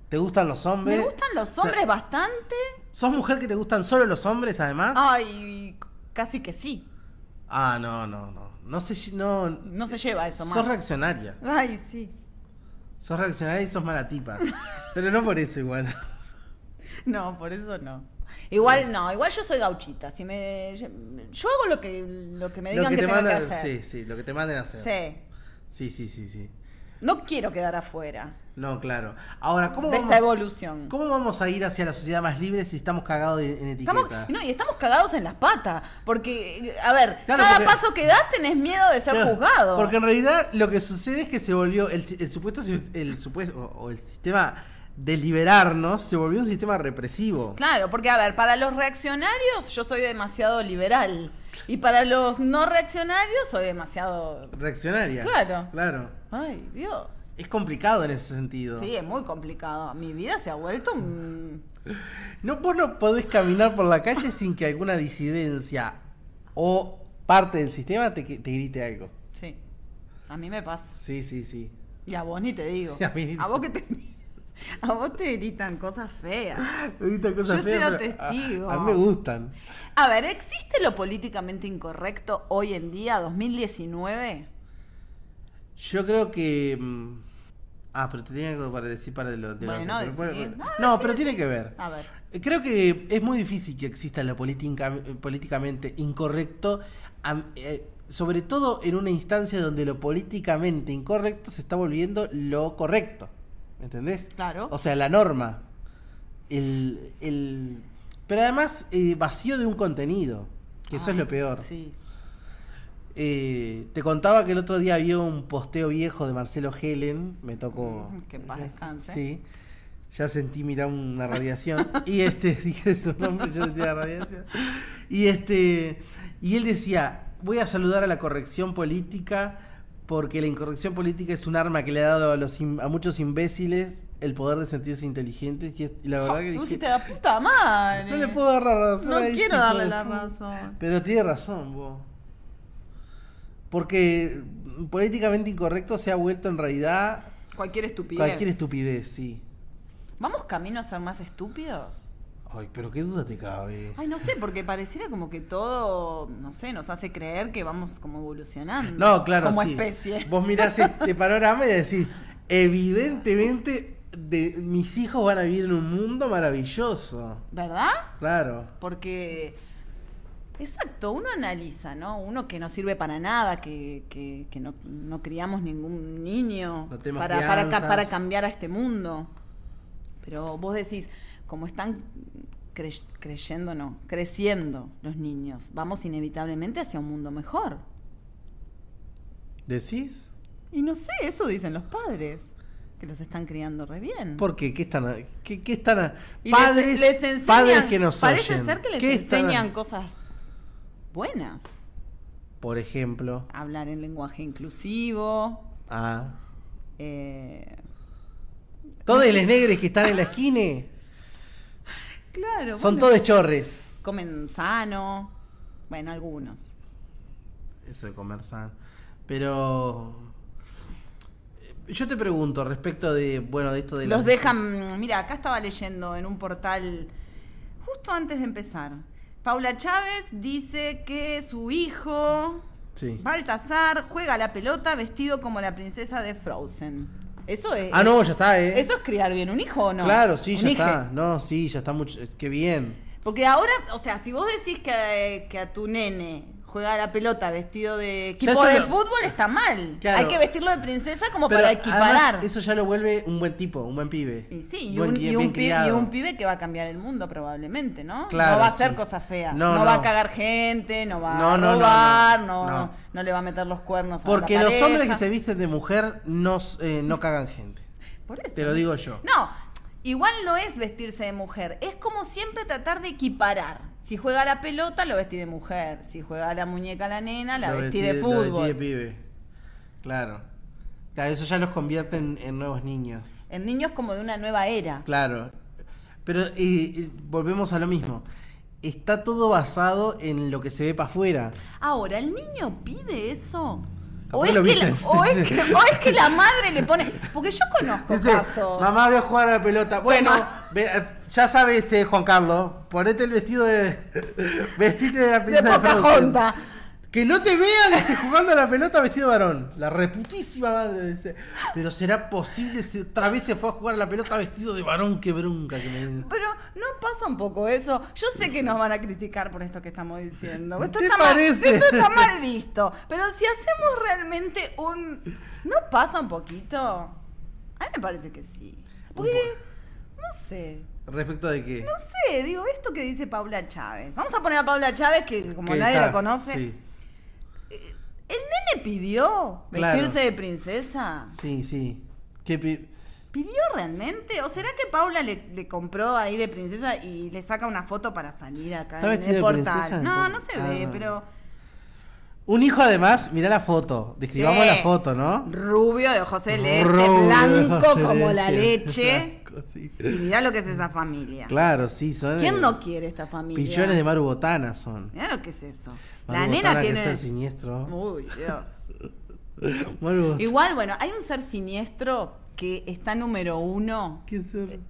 S3: ¿Te gustan los hombres?
S2: me gustan
S3: O
S2: los
S3: sea,
S2: hombres bastante.
S3: ¿Sos mujer que te gustan solo los hombres, además?
S2: Ah. Ay, casi que sí.
S3: Ah, no, no, no. No sé si. No.
S2: No se lleva eso
S3: sos
S2: más.
S3: reaccionaria.
S2: Ay, sí.
S3: Sos reaccionaria y sos mala tipa. Pero no por eso igual.
S2: No, por eso no. Igual no, igual yo soy gauchita. Si me, yo hago lo que, lo que me digan que, tengo
S3: mandan,
S2: que hacer.
S3: Sí, sí, lo que te manden a hacer.
S2: Sí.
S3: Sí, sí, sí, sí.
S2: No quiero quedar afuera
S3: No, claro. Ahora, ¿cómo
S2: de
S3: vamos,
S2: esta evolución.
S3: ¿cómo vamos a ir hacia la sociedad más libre si estamos cagados de- en etiqueta?
S2: Estamos, no, y estamos cagados en las patas. Porque, eh, a ver,
S3: Claro,
S2: cada
S3: porque-
S2: paso que das tenés miedo de ser
S3: Claro,
S2: juzgado.
S3: Porque en realidad lo que sucede es que se volvió el, si- el supuesto si- el supuesto o o el sistema de liberarnos se volvió un sistema represivo.
S2: Claro, porque a ver, para los reaccionarios yo soy demasiado liberal. Y para los no reaccionarios soy demasiado.
S3: Reaccionaria.
S2: Claro.
S3: Claro.
S2: Ay, Dios.
S3: Es complicado en ese sentido.
S2: Sí, es muy complicado. Mi vida se ha vuelto un.
S3: No, vos no podés caminar por la calle sin que alguna disidencia o parte del sistema te, que- te grite algo.
S2: Sí. A mí me pasa.
S3: Sí, sí, sí.
S2: Y a vos ni te digo.
S3: A mí ni te-
S2: vos que te. A vos te gritan cosas feas.
S3: Grita cosas
S2: Yo
S3: feas,
S2: he sido
S3: pero a-
S2: testigo.
S3: A, mí me gustan.
S2: A ver, ¿existe lo políticamente incorrecto hoy en día, 2019?
S3: Yo creo que. mm, Ah, pero tenía algo para decir para lo de lo
S2: Bueno,
S3: otro, pero-
S2: decí.
S3: pero-
S2: Ah,
S3: No,
S2: sí,
S3: pero
S2: decí.
S3: tiene que ver.
S2: A ver.
S3: Creo que es muy difícil que exista lo política- políticamente incorrecto, am- eh, sobre todo en una instancia donde lo políticamente incorrecto se está volviendo lo correcto. ¿Me entendés?
S2: Claro.
S3: O sea, la norma. El, el- Pero además eh, vacío de un contenido, que eso
S2: Ay,
S3: es lo peor.
S2: Sí.
S3: Eh, te contaba que el otro día había un posteo viejo de Marcelo Helen, me tocó.
S2: Mm, Que en paz descanse.
S3: Sí. Ya sentí, mira, una radiación. y este, dije su nombre, yo sentí la radiación. Y este, y él decía, voy a saludar a la corrección política porque la incorrección política es un arma que le ha dado a, los im- a muchos imbéciles el poder de sentirse inteligentes. Y, es- y la verdad que
S2: Tú
S3: dije,
S2: dijiste la puta madre.
S3: no le puedo dar la razón.
S2: No
S3: a este
S2: quiero
S3: hijo
S2: darle
S3: de
S2: la
S3: puta".
S2: razón.
S3: Pero tiene razón, vos. Porque políticamente incorrecto se ha vuelto en realidad
S2: Cualquier estupidez.
S3: cualquier estupidez, sí.
S2: ¿Vamos camino a ser más estúpidos?
S3: Ay, pero qué duda te cabe.
S2: Ay, no sé, porque pareciera como que todo, no sé, nos hace creer que vamos como evolucionando.
S3: No, claro,
S2: Como
S3: sí.
S2: especie.
S3: Vos mirás este panorama y decís, evidentemente de, mis hijos van a vivir en un mundo maravilloso.
S2: ¿Verdad?
S3: Claro.
S2: Porque, exacto, uno analiza, ¿no? Uno que no sirve para nada, que, que- que no, no criamos ningún niño
S3: No tenemos
S2: para, para, ca-
S3: crianzas.
S2: para cambiar a este mundo. Pero vos decís, como están cre- creyendo, no, creciendo los niños, vamos inevitablemente hacia un mundo mejor.
S3: ¿Decís?
S2: Y no sé, eso dicen los padres, que los están criando re bien.
S3: ¿Por qué? ¿Qué están? a- ¿Qué, qué están? a-
S2: Y les-
S3: Padres,
S2: les enseñan-
S3: padres que nos
S2: Parece
S3: oyen.
S2: ser que les
S3: ¿Qué están a-
S2: enseñan cosas buenas.
S3: Por ejemplo,
S2: Hablar en lenguaje inclusivo.
S3: a...
S2: eh,
S3: Todos los negros que están en la esquina
S2: claro.
S3: son
S2: bueno,
S3: todos chorres.
S2: Comen sano. Bueno, algunos.
S3: Eso de conversar. Pero. eh, Yo te pregunto respecto de. Bueno, de esto de.
S2: Los
S3: las-
S2: dejan. Mira, acá estaba leyendo en un portal justo antes de empezar. Paula Chávez dice que su hijo
S3: Sí.
S2: Baltasar juega a la pelota vestido como la princesa de Frozen. Eso es.
S3: Ah, no, ya está, ¿eh?
S2: ¿Eso es criar bien un hijo o no?
S3: Claro, sí,
S2: Un
S3: ya
S2: hijo.
S3: está. No, sí, ya está mucho. eh, Qué bien.
S2: Porque ahora, o sea, si vos decís que, que a tu nene juega a la pelota vestido de equipo
S3: eso
S2: de
S3: lo-
S2: fútbol, está mal.
S3: Claro.
S2: Hay que vestirlo de princesa como
S3: Pero,
S2: para
S3: además,
S2: equiparar.
S3: eso ya lo vuelve un buen tipo, un buen pibe.
S2: Y sí, y
S3: Buen
S2: un,
S3: pibe,
S2: y un
S3: bien
S2: pibe, y
S3: criado.
S2: un pibe que va a cambiar el mundo probablemente, ¿no?
S3: Claro,
S2: no va a hacer
S3: sí.
S2: cosas feas.
S3: No,
S2: No, va
S3: no.
S2: a cagar gente, no va
S3: No,
S2: a
S3: no, no,
S2: robar,
S3: no,
S2: no,
S3: no.
S2: no le va a meter los cuernos
S3: Porque
S2: a la
S3: los hombres que
S2: pareja.
S3: se visten de mujer no, s- eh, no cagan gente.
S2: Por eso.
S3: Te lo digo yo.
S2: No, igual no es vestirse de mujer, es como siempre tratar de equiparar. Si juega a la pelota, lo vestí de mujer. Si juega a la muñeca a la nena, la
S3: Lo
S2: vestí de
S3: lo vestí de
S2: fútbol.
S3: pibe. Claro. Claro, eso ya los convierte en- en nuevos niños.
S2: El niño es como de una nueva era.
S3: Claro. Pero eh, eh, volvemos a lo mismo. Está todo basado en lo que se ve para afuera.
S2: Ahora, ¿el niño pide eso? O
S3: Capaz
S2: es,
S3: lo
S2: que
S3: viste.
S2: la, o es que- o es que la madre le pone. Porque yo conozco
S3: Dice,
S2: casos.
S3: mamá voy a jugar a la pelota. Bueno,
S2: Toma.
S3: ve- eh, ya sabes, eh, Juan Carlos, ponete el vestido de... Vestite de la
S2: de
S3: princesa de, Frozen.
S2: Pocahontas.
S3: Que no te vean dice, jugando a la pelota vestido de varón. La reputísima madre dice. Pero será posible si otra vez se fue a jugar a la pelota vestido de varón. Qué bronca que me
S2: Pero no pasa un poco eso. Yo sé que nos van a criticar por esto que estamos diciendo. Esto,
S3: ¿Te
S2: está, mal,
S3: parece?
S2: esto está mal visto. Pero si hacemos realmente un... ¿No pasa un poquito? A mí me parece que sí. Porque, no sé.
S3: ¿Respecto de qué?
S2: No sé, digo, esto que dice Paula Chávez. Vamos a poner a Paula Chávez, que como
S3: Que
S2: nadie
S3: está-
S2: la conoce.
S3: Sí,
S2: El nene pidió
S3: Claro.
S2: vestirse de princesa.
S3: sí. sí. Qué pi-
S2: ¿Pidió realmente? ¿O será que Paula le, le compró ahí de princesa y le saca una foto para salir acá
S3: ¿Está
S2: en
S3: vestida
S2: el
S3: de
S2: portal?
S3: princesa?
S2: No, no se ve,
S3: Ah.
S2: pero.
S3: Un hijo además, mirá la foto, describamos
S2: Sí.
S3: la foto, ¿no?
S2: Rubio de ojos celeste,
S3: Rubio,
S2: blanco
S3: ojos
S2: como la
S3: celestes,
S2: leche.
S3: blanco, sí.
S2: Y mirá lo que es esa familia.
S3: Claro, sí, son eh,
S2: ¿Quién no quiere esta familia?
S3: pillones de Maru Botana son.
S2: Mirá lo que es eso.
S3: Maru
S2: la
S3: Botana
S2: nena
S3: que es
S2: tiene.
S3: el siniestro.
S2: Uy, Dios.
S3: Maru Botana,
S2: Igual, bueno, hay un ser siniestro que está número uno.
S3: ¿qué es el-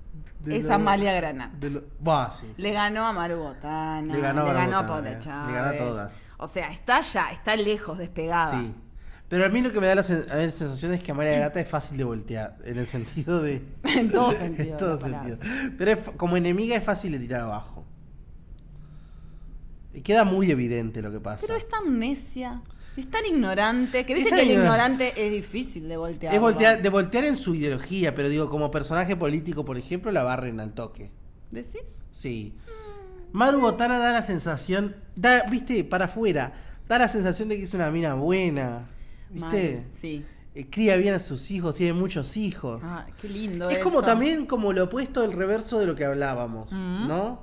S3: de
S2: Eh, es
S3: lo-
S2: Amalia Granata.
S3: de lo- Buah, sí.
S2: Le ganó a Maru Botana,
S3: Le
S2: le
S3: ganó a
S2: ganó,
S3: Maru
S2: a
S3: Botana,
S2: Paula
S3: le
S2: Chávez.
S3: ganó a todas.
S2: O sea, está ya, está lejos, despegada.
S3: Sí. Pero a mí lo que me da la, sen- a ver, sensación es que Amalia Grata es fácil de voltear, en el sentido de...
S2: en todo sentido.
S3: en todo
S2: la palabra.
S3: sentido. Pero es fa- como enemiga es fácil de tirar abajo. Y queda muy evidente lo que pasa.
S2: Pero es tan necia, es tan ignorante, que viste
S3: Es tan
S2: que el
S3: ignorante.
S2: ignorante es difícil de voltear.
S3: Es voltear, de voltear en su ideología, pero digo, como personaje político, por ejemplo, la barren al toque.
S2: ¿Decís?
S3: Sí. Maru Botana da la sensación, da, viste, para afuera, Da la sensación de que es una mina buena. ¿Viste?
S2: Mal, Sí.
S3: Eh, Cría bien a sus hijos, tiene muchos hijos.
S2: Ah, qué lindo.
S3: Es como
S2: eso.
S3: también como lo opuesto del reverso de lo que hablábamos,
S2: Ujú.
S3: ¿no?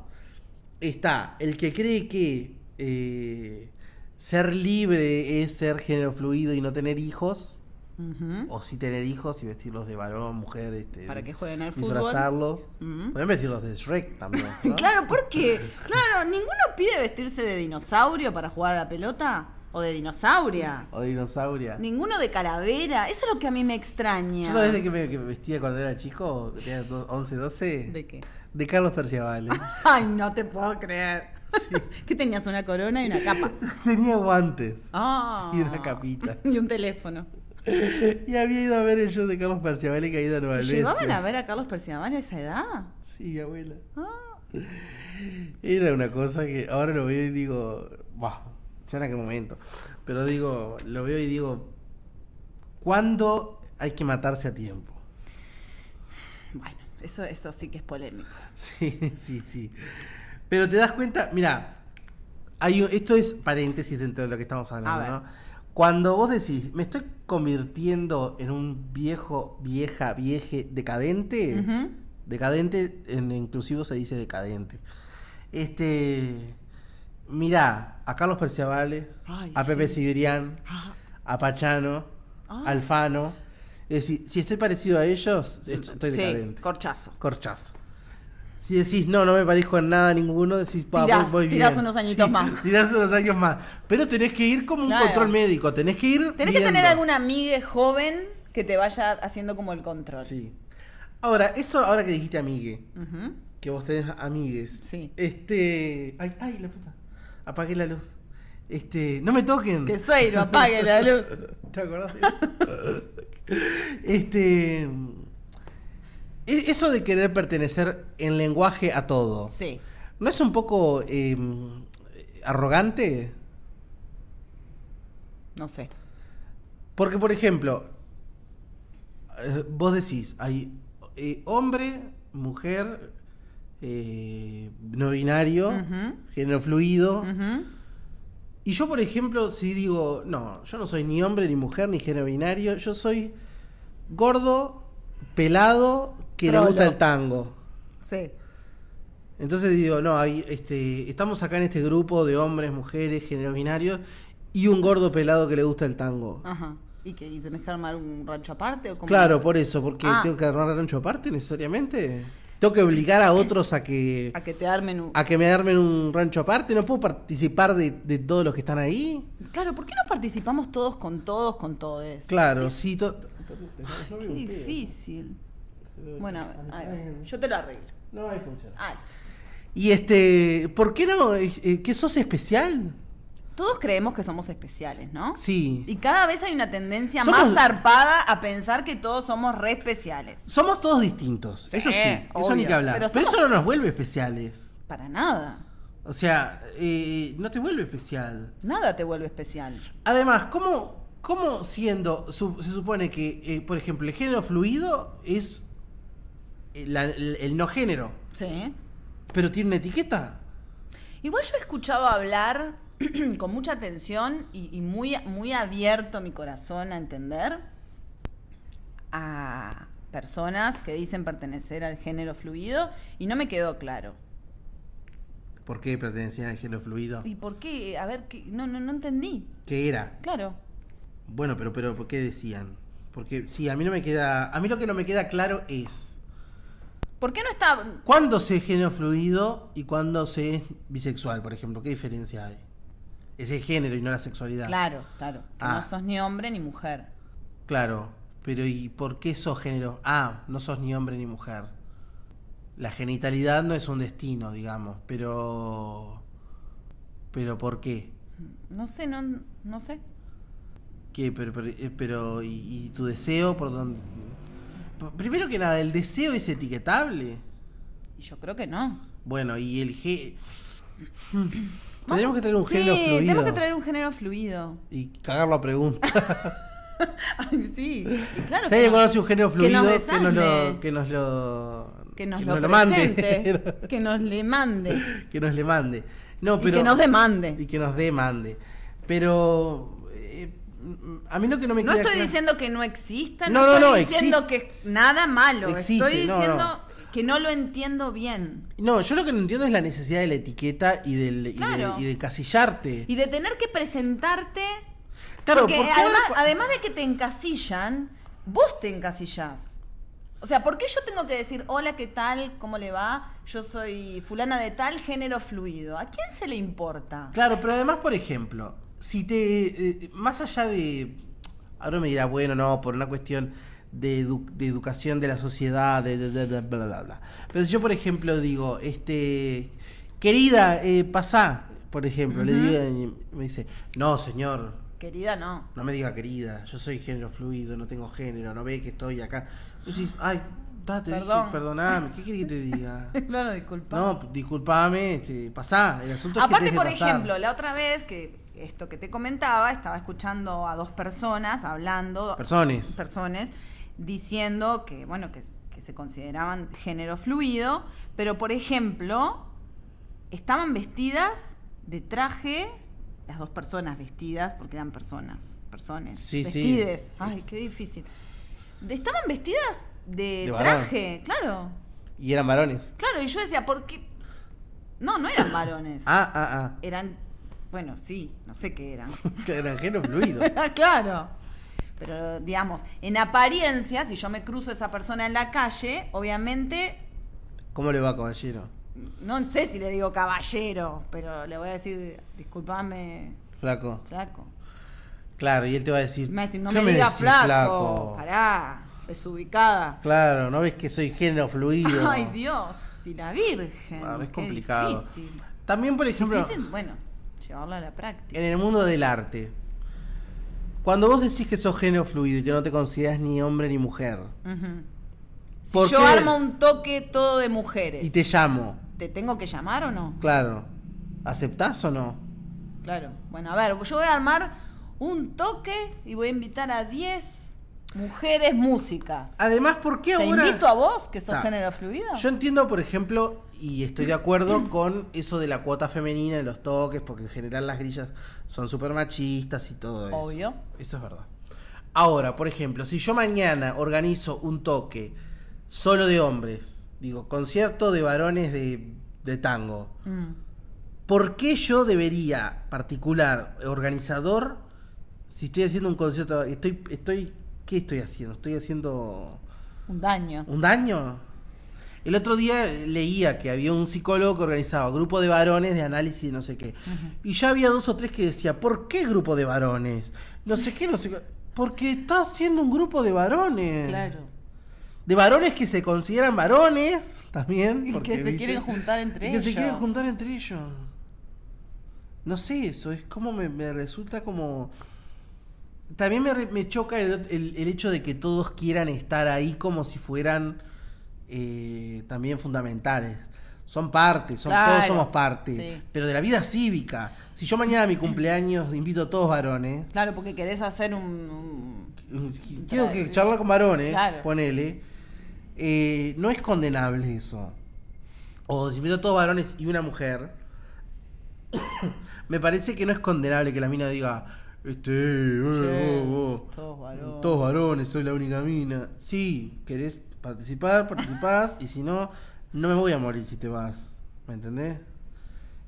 S3: Está el que cree que eh, ser libre es ser género fluido y no tener hijos,
S2: Ujú.
S3: o sí tener hijos y vestirlos de varón, mujer, este,
S2: Para que jueguen al fútbol.
S3: disfrazarlos.
S2: Ujú.
S3: Pueden vestirlos de Shrek también. ¿no?
S2: Claro, porque, claro, ninguno pide vestirse de dinosaurio para jugar a la pelota o de dinosauria.
S3: O de dinosauria.
S2: Ninguno de calavera. Eso es lo que a mí me extraña.
S3: Mm. ¿Yo sabés de qué me que me vestía cuando era chico? Tenía do- 11, 12.
S2: ¿De qué?
S3: De Carlos Perciavale.
S2: Ay, no te puedo creer. que tenías una corona y una capa.
S3: Tenía guantes
S2: Ah.
S3: y una capita.
S2: Y un teléfono.
S3: Y había ido a ver el show de Carlos Perciavale que ha ido a Nueva
S2: ¿Te
S3: York.
S2: ¿Llevaban a ver a Carlos Perciabal a esa edad?
S3: Sí, mi abuela.
S2: Ah.
S3: Era una cosa que ahora lo veo y digo, wow, ya en aquel momento. Pero digo, lo veo y digo, ¿cuándo hay que matarse a tiempo?
S2: Bueno, eso, eso sí que es polémico.
S3: Sí, sí, sí. Pero te das cuenta, mira, hay, un- esto es paréntesis dentro de lo que estamos
S2: ver.
S3: hablando, ¿no? Cuando vos decís, me estoy convirtiendo en un viejo, vieja, vieje, decadente,
S2: Ujú.
S3: decadente, en inclusivo se dice decadente. Este, mira, a Carlos Perciavale,
S2: Ay,
S3: a Pepe
S2: sí.
S3: Sibirián,
S2: Ah,
S3: a Pachano,
S2: Ah.
S3: Alfano. Es decir, si estoy parecido a ellos, estoy
S2: sí,
S3: decadente
S2: corchazo.
S3: corchazo. Si decís, no, no me parezco en nada a ninguno, decís, pa,
S2: Tirás,
S3: voy, voy bien.
S2: tirás unos añitos
S3: Sí,
S2: más.
S3: Tirás unos años más. Pero tenés que ir como
S2: Claro.
S3: un control médico, tenés que ir.
S2: Tenés que tener
S3: viendo.
S2: alguna amiga joven que te vaya haciendo como el control.
S3: Sí. Ahora, eso ahora que dijiste amigue,
S2: Ujú.
S3: que vos tenés amigues.
S2: Sí.
S3: Este. Ay, ay, la puta. Apagué la luz. Este. No me toquen.
S2: Que soy, lo apague la luz.
S3: ¿Te acordás de eso? este. e- Eso de querer pertenecer en lenguaje a todo.
S2: Sí.
S3: ¿No es un poco eh, arrogante?
S2: No sé.
S3: Porque, por ejemplo, eh, vos decís, hay eh, hombre, mujer, eh, no binario,
S2: Ujú.
S3: género fluido.
S2: Ujú.
S3: Y yo, por ejemplo, si digo, no, yo no soy ni hombre, ni mujer, ni género binario, yo soy gordo, pelado, que
S2: Trolo.
S3: le gusta el tango.
S2: Sí.
S3: Entonces digo, no, hay, este, estamos acá en este grupo de hombres, mujeres, género binario y un gordo pelado que le gusta el tango.
S2: Ajá. ¿Y, que, y tenés que armar un rancho aparte? o Ah, cómo
S3: claro,
S2: es?
S3: por eso, porque
S2: Ah.
S3: tengo que armar rancho aparte necesariamente. Tengo que obligar a otros a que
S2: A que te armen un...
S3: a que me armen un rancho aparte. No puedo participar de, de todos los que están ahí.
S2: Claro, ¿por qué no participamos todos con todos, con todes?
S3: Claro, sí. to-
S2: Qué difícil. Bueno, a ver, yo te lo arreglo.
S3: No, ahí funciona.
S2: Ay.
S3: Y este, ¿por qué no? Eh, eh, ¿Que sos especial?
S2: Todos creemos que somos especiales, ¿no?
S3: Sí.
S2: Y cada vez hay una tendencia
S3: Somos-
S2: más zarpada a pensar que todos somos re especiales.
S3: Somos todos distintos, eso sí, eso
S2: obvio.
S3: ni que hablar.
S2: Pero
S3: Pero,
S2: somos-
S3: eso no nos vuelve especiales.
S2: Para nada.
S3: O sea, eh, no te vuelve especial.
S2: Nada te vuelve especial.
S3: Además, ¿cómo, cómo siendo, su- se supone que, eh, por ejemplo, el género fluido es el, el- el no género,
S2: Sí.
S3: pero tiene una etiqueta?
S2: Igual yo he escuchado hablar con mucha atención y, y muy, muy abierto mi corazón a entender a personas que dicen pertenecer al género fluido y no me quedó claro.
S3: ¿Por qué pertenecían al género fluido?
S2: ¿Y por qué? A ver, que- no, no, no entendí.
S3: ¿Qué era?
S2: Claro.
S3: Bueno, pero, pero ¿por qué decían? Porque sí, a mí no me queda, a mí lo que no me queda claro es
S2: ¿Por qué no está...?
S3: ¿Cuándo se es género fluido y cuándo se es bisexual, por ejemplo? ¿Qué diferencia hay? Es el género y no la sexualidad.
S2: Claro, claro. Que
S3: Ah.
S2: no sos ni hombre ni mujer.
S3: Claro. Pero ¿y por qué sos género? Ah, no sos ni hombre ni mujer. La genitalidad no es un destino, digamos, pero... ¿Pero por qué?
S2: No sé, no, no sé.
S3: ¿Qué? Pero, pero, eh, pero, ¿y, y tu deseo por dónde? P- Primero que nada, ¿el deseo es etiquetable?
S2: Y yo creo que no.
S3: Bueno, y el G... Tendríamos que traer un
S2: sí,
S3: género fluido.
S2: tenemos que traer un género fluido.
S3: Y cagarlo a pregunta.
S2: Ay, sí. Y Ah, claro
S3: si alguien
S2: no-
S3: conoce un género
S2: que
S3: fluido,
S2: nos
S3: que nos, lo,
S2: desarme.
S3: que nos lo.
S2: que nos
S3: que
S2: lo,
S3: nos
S2: presente, que nos le mande
S3: que nos le mande. No,
S2: y
S3: pero,
S2: que nos demande.
S3: Y que nos demande. Pero eh, a mí lo que no me
S2: No
S3: queda
S2: estoy
S3: claro-
S2: diciendo que no exista, no,
S3: No, no,
S2: estoy
S3: no,
S2: diciendo
S3: existe.
S2: que es nada malo,
S3: Existe,
S2: estoy
S3: no,
S2: diciendo
S3: no.
S2: que no lo entiendo bien.
S3: No, yo lo que no entiendo es la necesidad de la etiqueta y del y de-
S2: Claro.
S3: y de, casillarte.
S2: Y de tener que presentarte.
S3: Claro,
S2: porque
S3: ¿por qué
S2: además,
S3: ahora cua-
S2: además de que te encasillan, vos te encasillás. O sea, ¿por qué yo tengo que decir, hola, ¿qué tal? ¿Cómo le va? Yo soy fulana de tal género fluido. ¿A quién se le importa?
S3: Claro, pero además, por ejemplo, si te. eh, más allá de. Ahora me dirá, bueno, no, por una cuestión de, edu- de educación de la sociedad, de, de- de- de- bla, bla, bla. Pero si yo, por ejemplo, digo, este. Querida, eh, pasá, por ejemplo, le digo, y me dice, no, señor,
S2: Querida, no.
S3: no me diga querida, yo soy género fluido, no tengo género, no ve que estoy acá. Y decís, ay, ta, te dije,
S2: Perdón.
S3: perdoname, ¿qué querés que te diga?
S2: Claro, disculpa.
S3: No, disculpame, este, pasá, el asunto es que
S2: Aparte,
S3: tenés que
S2: por
S3: pasar.
S2: ejemplo, la otra vez que esto que te comentaba, estaba escuchando a dos personas hablando,
S3: Personas.
S2: personas, diciendo que, bueno, que, que se consideraban género fluido, pero por ejemplo, estaban vestidas de traje, las dos personas vestidas, porque eran personas, personas,
S3: Sí, sí.
S2: vestides. Ay, qué difícil. De- Estaban vestidas de,
S3: De varón.
S2: traje, claro.
S3: Y eran varones.
S2: Claro, y yo decía, ¿por qué? No, no eran varones
S3: Ah, ah,
S2: eran, bueno, sí, no sé qué eran.
S3: ah. Que eran género fluido.
S2: claro. Pero digamos, en apariencia, si yo me cruzo a esa persona en la calle, obviamente,
S3: ¿Cómo le va, caballero?
S2: no sé si le digo caballero, pero le voy a decir, disculpame,
S3: Flaco.
S2: flaco.
S3: Claro, y él te va a decir.
S2: Me va a decir, no
S3: "¿Qué
S2: me, digas
S3: decís,
S2: flaco, pará, desubicada.
S3: Claro, no ves que soy género fluido.
S2: Ay Dios, si la virgen.
S3: Claro, es
S2: qué
S3: complicado.
S2: Difícil.
S3: También, por ejemplo,
S2: Difícil, bueno, llevarlo a la práctica.
S3: en el mundo del arte. Cuando vos decís que sos género fluido y que no te consideras ni hombre ni mujer,
S2: Ujú. Si
S3: ¿Por
S2: yo
S3: qué?
S2: armo un toque todo de mujeres.
S3: y te llamo,
S2: ¿Te tengo que llamar o no?
S3: claro, ¿aceptás o no?
S2: Claro. Bueno, a ver, yo voy a armar un toque y voy a invitar a 10 mujeres músicas.
S3: Además, ¿por qué
S2: Te
S3: ahora.?
S2: invito a vos, que sos
S3: Ta.
S2: género fluido.
S3: Yo entiendo, por ejemplo, y estoy de acuerdo con eso de la cuota femenina en los toques, porque en general las grillas son súper machistas y todo eso.
S2: Obvio.
S3: Eso es verdad. Ahora, por ejemplo, si yo mañana organizo un toque solo de hombres, digo, concierto de varones de, de tango,
S2: Mm.
S3: ¿por qué yo debería, particular, organizador, si estoy haciendo un concierto, estoy, estoy, ¿qué estoy haciendo? Estoy haciendo...
S2: Un daño.
S3: ¿Un daño? El otro día leía que había un psicólogo que organizaba grupo de varones de análisis de no sé qué. Y ya había dos o tres que decía, ¿por qué grupo de varones? No sé qué, no sé qué. Porque está haciendo un grupo de varones. De varones que se consideran varones también.
S2: Y
S3: porque,
S2: que se
S3: ¿viste?
S2: quieren juntar entre
S3: Y
S2: ellos.
S3: Que se quieren juntar entre ellos. No sé, eso es como me, me resulta como... También me, re- me choca el, el- el hecho de que todos quieran estar ahí como si fueran eh, también fundamentales. Son parte, son,
S2: Claro,
S3: todos somos parte.
S2: sí.
S3: Pero de la vida cívica. Si yo mañana a mi cumpleaños invito a todos varones,
S2: Claro, porque querés hacer un... un-
S3: quiero que charlar con varones,
S2: Claro.
S3: ponele, eh, no es condenable eso. O si meto todos varones y una mujer, me parece que no es condenable que la mina diga, este, eh,
S2: Che,
S3: vos, vos,
S2: todos varones".
S3: todos varones, soy la única mina. Sí, querés participar, participás, y si no, no me voy a morir si te vas. ¿Me entendés?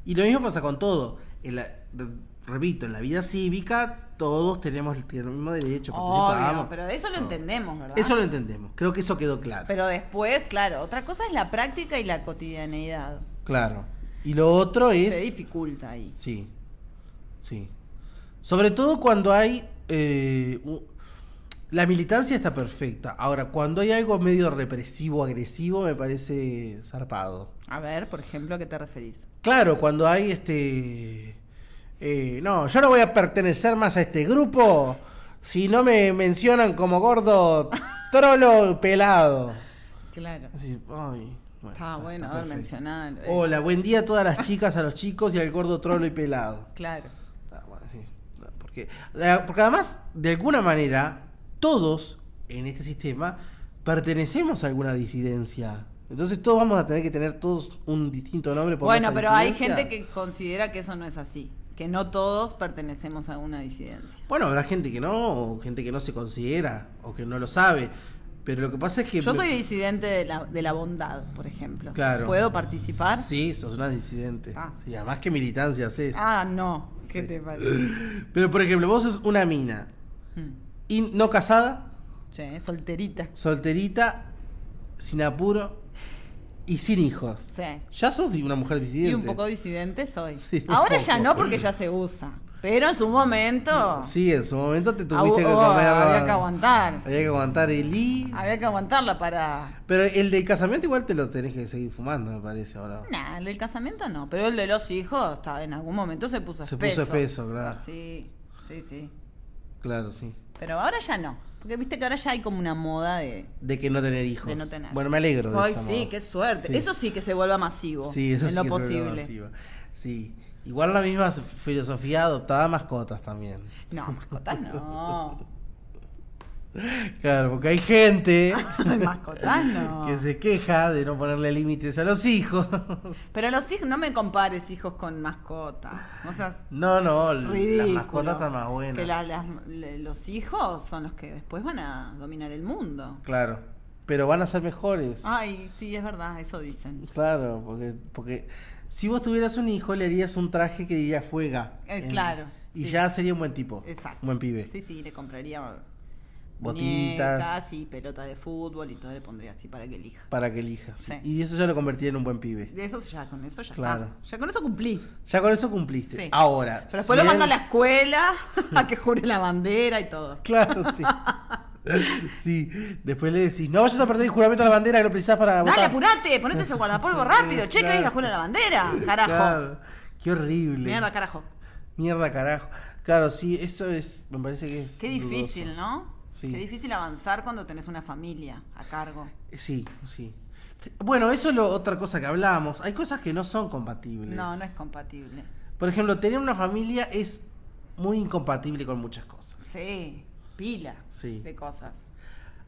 S3: Y lo mismo pasa con todo. En la- re- repito, en la vida cívica todos tenemos el, el mismo derecho, participamos.
S2: Obvio, pero de eso lo entendemos, ¿verdad?
S3: Eso lo entendemos, creo que eso quedó claro.
S2: Pero después, claro, otra cosa es la práctica y la cotidianeidad.
S3: Claro. Y lo otro es...
S2: Se dificulta ahí.
S3: Sí, sí. Sobre todo cuando hay... eh, u- la militancia está perfecta. Ahora, cuando hay algo medio represivo, agresivo, me parece zarpado.
S2: A ver, por ejemplo, ¿a qué te referís?
S3: Claro, cuando hay este. eh, no, yo no voy a pertenecer más a este grupo si no me mencionan como gordo trolo pelado.
S2: Claro.
S3: Así, ay, bueno,
S2: Está Ah, bueno
S3: está
S2: haber
S3: perfecto.
S2: mencionado, eh.
S3: Hola, buen día a todas las chicas, a los chicos y al gordo trolo y pelado.
S2: Claro.
S3: Ah, bueno, sí. Ah, Porque, la- porque además, de alguna manera, todos en este sistema pertenecemos a alguna disidencia. Entonces todos vamos a tener que tener todos un distinto nombre. por
S2: Bueno,
S3: nuestra
S2: pero hay
S3: disidencia.
S2: gente que considera que eso no es así. que no todos pertenecemos a una disidencia.
S3: Bueno, habrá gente que no, o gente que no se considera, o que no lo sabe. Pero lo que pasa es que.
S2: Yo soy disidente de la, de la bondad, por ejemplo.
S3: Claro.
S2: ¿Puedo participar?
S3: Sí, sos una disidente.
S2: Ah.
S3: Sí, además que militancia haces.
S2: Ah, no. ¿Qué
S3: Sí.
S2: te parece?
S3: Pero por ejemplo, vos sos una mina.
S2: Mm.
S3: Y no casada,
S2: Che, solterita.
S3: solterita, sin apuro y sin hijos.
S2: Sí.
S3: Ya sos di- una mujer disidente.
S2: Y un poco disidente soy.
S3: Sí, un
S2: Ahora ya
S3: poco.
S2: no porque ya se usa. Pero en su momento
S3: Sí, en su momento te
S2: ah,
S3: tuviste que
S2: oh,
S3: comer.
S2: había que aguantar.
S3: Había que aguantar el i.
S2: Había que aguantarla para...
S3: Pero el del casamiento igual te lo tenés que seguir fumando, me parece, ahora.
S2: Nah, el del casamiento no. Pero el de los hijos está, en algún momento se puso
S3: Se
S2: espeso.
S3: puso espeso, claro.
S2: Sí, sí, sí.
S3: Claro, sí.
S2: Pero ahora ya no. Porque viste que ahora ya hay como una moda de...
S3: De que no tener hijos.
S2: De no tener.
S3: Bueno, me alegro de
S2: Ay,
S3: esa
S2: sí,
S3: moda.
S2: qué suerte. Eso sí que se vuelva masivo.
S3: Sí, eso
S2: en
S3: sí
S2: lo
S3: que es una
S2: posible.
S3: masiva. Sí. Igual la misma filosofía adoptada a mascotas también.
S2: No, mascotas no.
S3: Claro, porque hay gente
S2: Ay, mascotas no.
S3: que se queja de no ponerle límites a los hijos.
S2: Pero los hijos, no me compares hijos con mascotas. No seas
S3: No, no, l-
S2: ridículo.
S3: las mascotas están más buenas.
S2: Que la- las- le- los hijos son los que después van a dominar el mundo.
S3: Claro, pero van a ser mejores.
S2: Ay, sí, es verdad, eso dicen.
S3: Claro, porque, porque si vos tuvieras un hijo le harías un traje que diría fuega.
S2: Es
S3: En-
S2: claro,
S3: Y
S2: sí.
S3: ya sería un buen tipo.
S2: Exacto.
S3: Un buen pibe.
S2: Sí, sí, le compraría
S3: Botitas.
S2: muñecas y pelota de fútbol y todo le pondría así para que elija.
S3: Para que elijas.
S2: Sí.
S3: Y eso ya lo convertiría en un buen pibe.
S2: De eso ya, con eso ya
S3: Claro.
S2: está. Ya con eso cumplí.
S3: Ya con eso cumpliste.
S2: Sí.
S3: Ahora.
S2: Pero después
S3: si
S2: lo mando a
S3: él-
S2: la escuela a que jure la bandera y todo.
S3: Claro, sí. sí. Después le decís, no vayas a perder el juramento a la bandera que lo precisás para votar.
S2: Dale, apurate, ponete ese guardapolvo rápido. Che, que hoy la
S3: Claro.
S2: jura la bandera. Carajo.
S3: Claro. Qué horrible.
S2: Mierda, carajo.
S3: Mierda, carajo. Claro, sí, eso es. Me parece que es.
S2: Qué difícil,
S3: dudoso.
S2: ¿no?
S3: Sí.
S2: Qué difícil avanzar cuando tenés una familia a cargo.
S3: Sí, sí. Bueno, eso es lo, otra cosa que hablábamos. Hay cosas que no son compatibles.
S2: No, no es compatible.
S3: Por ejemplo, tener una familia es muy incompatible con muchas cosas.
S2: Sí, pila
S3: Sí.
S2: de cosas.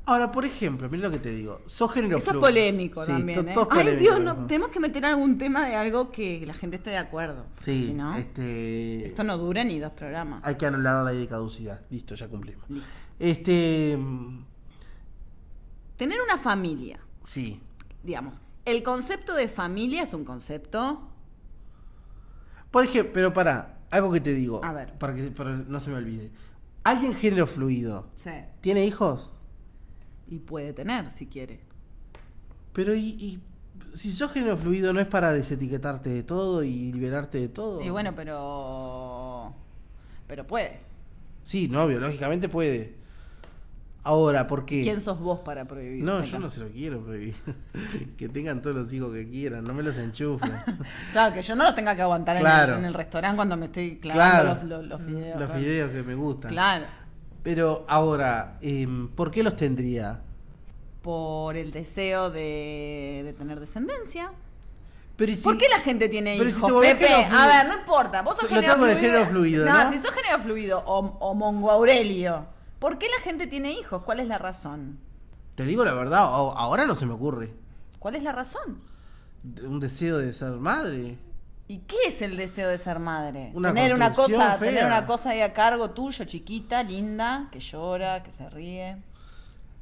S3: Ahora, por ejemplo, mira lo que te digo. Sos género
S2: Esto es
S3: flujo.
S2: polémico
S3: Sí,
S2: también.
S3: to-
S2: ¿eh?
S3: todo es
S2: Ay,
S3: polémico,
S2: Dios, no,
S3: ¿no?
S2: tenemos que meter algún tema de algo que la gente esté de acuerdo.
S3: Sí,
S2: Si no,
S3: este...
S2: esto no dura ni dos programas.
S3: Hay que anular la ley de caducidad. Listo, ya cumplimos.
S2: Listo.
S3: Este. mm,
S2: Tener una familia,
S3: Sí.
S2: digamos. El concepto de familia es un concepto.
S3: Por ejemplo, pero pará, algo que te digo.
S2: A ver.
S3: Para que para que no se me olvide. ¿Alguien género fluido
S2: Sí.
S3: tiene hijos?
S2: Y puede tener, si quiere.
S3: Pero y. y si sos género fluido, ¿no es para desetiquetarte de todo y liberarte de todo?
S2: Y bueno, pero. Pero puede.
S3: Sí, no, biológicamente puede. Ahora, ¿por qué?
S2: ¿Quién sos vos para prohibir?
S3: no, yo no se lo quiero prohibir. que tengan todos los hijos que quieran, no me los enchufen.
S2: Claro, que yo no los tenga que aguantar en el-
S3: Claro.
S2: en, el, restaurante cuando me estoy clavando
S3: claro. Mm,
S2: los, los- los fideos.
S3: Los
S2: claro.
S3: fideos que me gustan.
S2: Claro,
S3: Pero ahora, em, ¿por qué los tendría?
S2: por el deseo de, de tener descendencia.
S3: Pero y si-
S2: ¿Por qué la gente tiene
S3: Pero si
S2: hijos,
S3: te volvés
S2: Pepe?
S3: género fluido-
S2: A ver, no importa. Vos sos
S3: Lo
S2: género
S3: tengo
S2: fluido.
S3: de género fluido, ¿no?
S2: si sos género fluido o, o Mongo Aurelio. ¿Por qué la gente tiene hijos? ¿Cuál es la razón?
S3: Te digo la verdad, a- ahora no se me ocurre.
S2: ¿Cuál es la razón?
S3: De- Un deseo de ser madre.
S2: ¿Y qué es el deseo de ser madre?
S3: Una
S2: tener una
S3: construcción
S2: cosa,
S3: fea.
S2: tener una cosa ahí a cargo tuyo, chiquita, linda, que llora, que se ríe.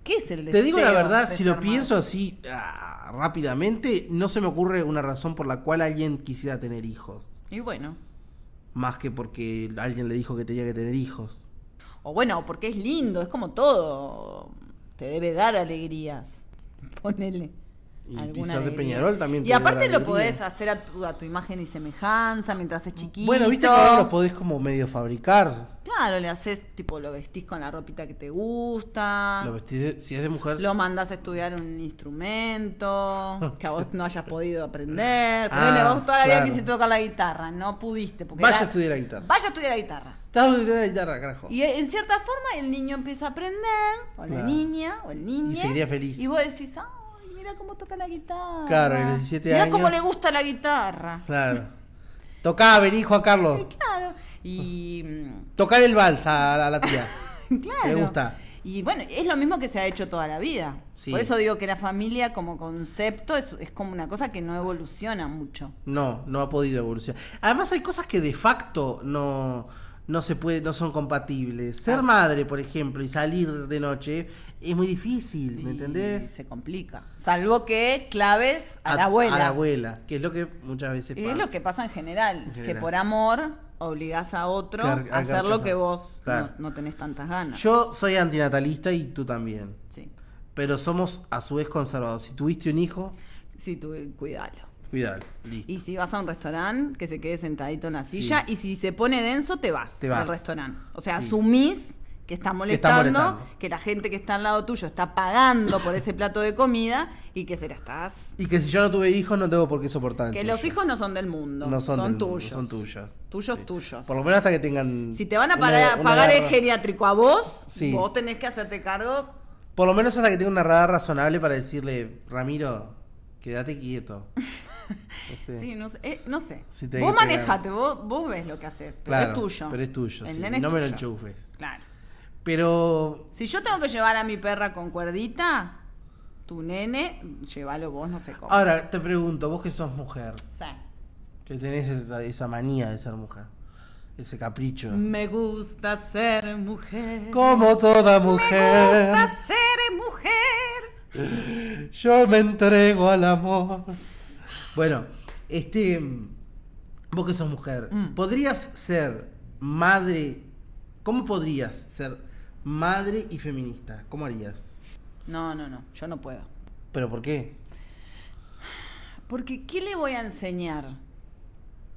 S2: ¿Qué es el deseo?
S3: Te digo la verdad,
S2: de
S3: si
S2: ser
S3: lo
S2: madre?
S3: pienso así ah, rápidamente, no se me ocurre una razón por la cual alguien quisiera tener hijos.
S2: Y bueno.
S3: Más que porque alguien le dijo que tenía que tener hijos.
S2: O bueno, porque es lindo, es como todo. Te debe dar alegrías. Ponele.
S3: Y el
S2: alguna
S3: piso de
S2: alegría.
S3: Peñarol también
S2: Y
S3: te debe dar
S2: aparte lo
S3: alegría.
S2: podés hacer a tu, a tu imagen y semejanza mientras es chiquito.
S3: Bueno, viste que ahora los podés como medio fabricar.
S2: Claro, le haces, tipo, lo vestís con la ropita que te gusta.
S3: Lo vestís de- si es de mujer.
S2: Ah. Lo mandas a estudiar un instrumento que a vos no hayas podido aprender. Pero
S3: Ah,
S2: vos toda la vida
S3: claro.
S2: quisiste tocar la guitarra, no pudiste. Porque
S3: Vaya
S2: era-
S3: a estudiar la guitarra.
S2: Vaya a estudiar la guitarra.
S3: Estás estudiando la guitarra, carajo.
S2: Y en cierta forma el niño empieza a aprender, o la
S3: Claro.
S2: niña, o el niño.
S3: Y sería feliz.
S2: Y vos decís, ay, mira cómo toca la guitarra.
S3: Claro, y a los 17
S2: Mirá
S3: años-
S2: cómo le gusta la guitarra.
S3: Claro. Tocá, vení, Juan Carlos.
S2: Y claro. Y mm,
S3: Tocar el vals a, la- a la tía.
S2: claro.
S3: Le gusta.
S2: Y bueno, es lo mismo que se ha hecho toda la vida.
S3: Sí.
S2: Por eso digo que la familia como concepto es, es como una cosa que no evoluciona mucho.
S3: No, no ha podido evolucionar. Además hay cosas que de facto no, no se puede, no son compatibles. Ser
S2: Ah.
S3: madre, por ejemplo, y salir de noche es muy difícil,
S2: Y
S3: ¿me entendés?
S2: Se complica. Salvo que claves a, la abuela.
S3: A la abuela, que es lo que muchas veces
S2: Y
S3: pasa.
S2: es lo que pasa en general,
S3: En
S2: que
S3: general.
S2: por amor obligás a otro
S3: Claro,
S2: a
S3: a
S2: hacer
S3: cada
S2: lo
S3: cosa.
S2: que vos
S3: Claro.
S2: no, no tenés tantas ganas.
S3: Yo soy antinatalista y tú también.
S2: Sí.
S3: Pero somos a su vez conservados. Si tuviste un hijo,
S2: Sí, tú cuidalo.
S3: cuidado, listo.
S2: Y si vas a un restaurante, que se quede sentadito en la silla. Y si se pone denso, te vas,
S3: Te vas.
S2: al restaurante. O sea,
S3: Sí.
S2: asumís que está molestando, que
S3: molestando.
S2: la gente que está al lado tuyo está pagando por ese plato de comida y que se la estás.
S3: Y que si yo no tuve hijos, no tengo por qué soportar el
S2: Que
S3: tuyo.
S2: los hijos no son del mundo,
S3: no son, del mundo,
S2: tuyos.
S3: Son tuyos.
S2: Tuyos,
S3: Sí.
S2: tuyos.
S3: Por lo menos hasta que tengan.
S2: Si te van a
S3: una-
S2: pagar,
S3: una
S2: pagar el
S3: garra-
S2: geriátrico a vos,
S3: Sí.
S2: vos tenés que hacerte cargo.
S3: Por lo menos hasta que tenga una radar razonable para decirle, Ramiro, quédate quieto. Este,
S2: Sí, no sé. eh, no sé.
S3: Sí, te-
S2: vos
S3: te-
S2: manejate, vos, vos ves lo que haces, pero es
S3: claro,
S2: tuyo.
S3: Pero es tuyo,
S2: El
S3: sí,
S2: nene es
S3: no me lo
S2: tuyo.
S3: enchufes.
S2: Claro.
S3: Pero
S2: Si yo tengo que llevar a mi perra con cuerdita, tu nene, llévalo vos, no sé cómo.
S3: ahora te pregunto, vos que sos mujer,
S2: Sí.
S3: que tenés esa, esa manía de ser mujer, ese capricho.
S2: Me gusta ser mujer.
S3: Como toda
S2: Me
S3: mujer,
S2: gusta ser mujer.
S3: yo me entrego al amor. Bueno, este, vos que sos mujer,
S2: Mm.
S3: ¿podrías ser madre? ¿Cómo podrías ser madre y feminista? ¿Cómo harías?
S2: No, no, no, yo no puedo.
S3: ¿Pero por qué?
S2: Porque ¿qué le voy a enseñar?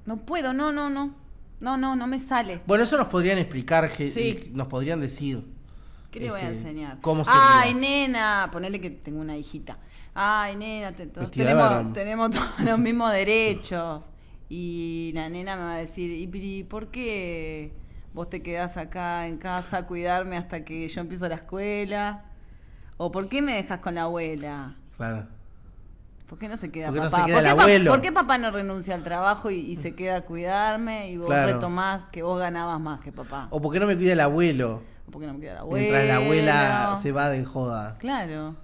S2: No puedo, no, no, no. No, no, no me sale.
S3: Bueno, eso nos podrían explicar, je-
S2: Sí.
S3: nos podrían decir.
S2: ¿Qué le voy a
S3: Este,
S2: enseñar? Ah, e-
S3: ¿cómo
S2: Ay,
S3: sería?
S2: nena, ponele que tengo una hijita. Ay, nena, te- to-
S3: Vestida de
S2: tenemos,
S3: varón.
S2: tenemos todos los mismos derechos. Y la nena me va a decir, ¿y pri- por qué vos te quedás acá en casa a cuidarme hasta que yo empiezo la escuela? ¿O por qué me dejas con la abuela?
S3: Claro.
S2: ¿Por qué no se queda
S3: ¿Por qué no
S2: papá?
S3: se queda
S2: ¿Por,
S3: el
S2: qué pa-
S3: abuelo?
S2: por qué papá no renuncia al trabajo y, y se queda a cuidarme y vos
S3: Claro.
S2: retomás que vos ganabas más que papá?
S3: ¿O por qué no me cuida el abuelo?
S2: ¿O por qué no me queda la abuela?
S3: Mientras la abuela se va de joda.
S2: Claro.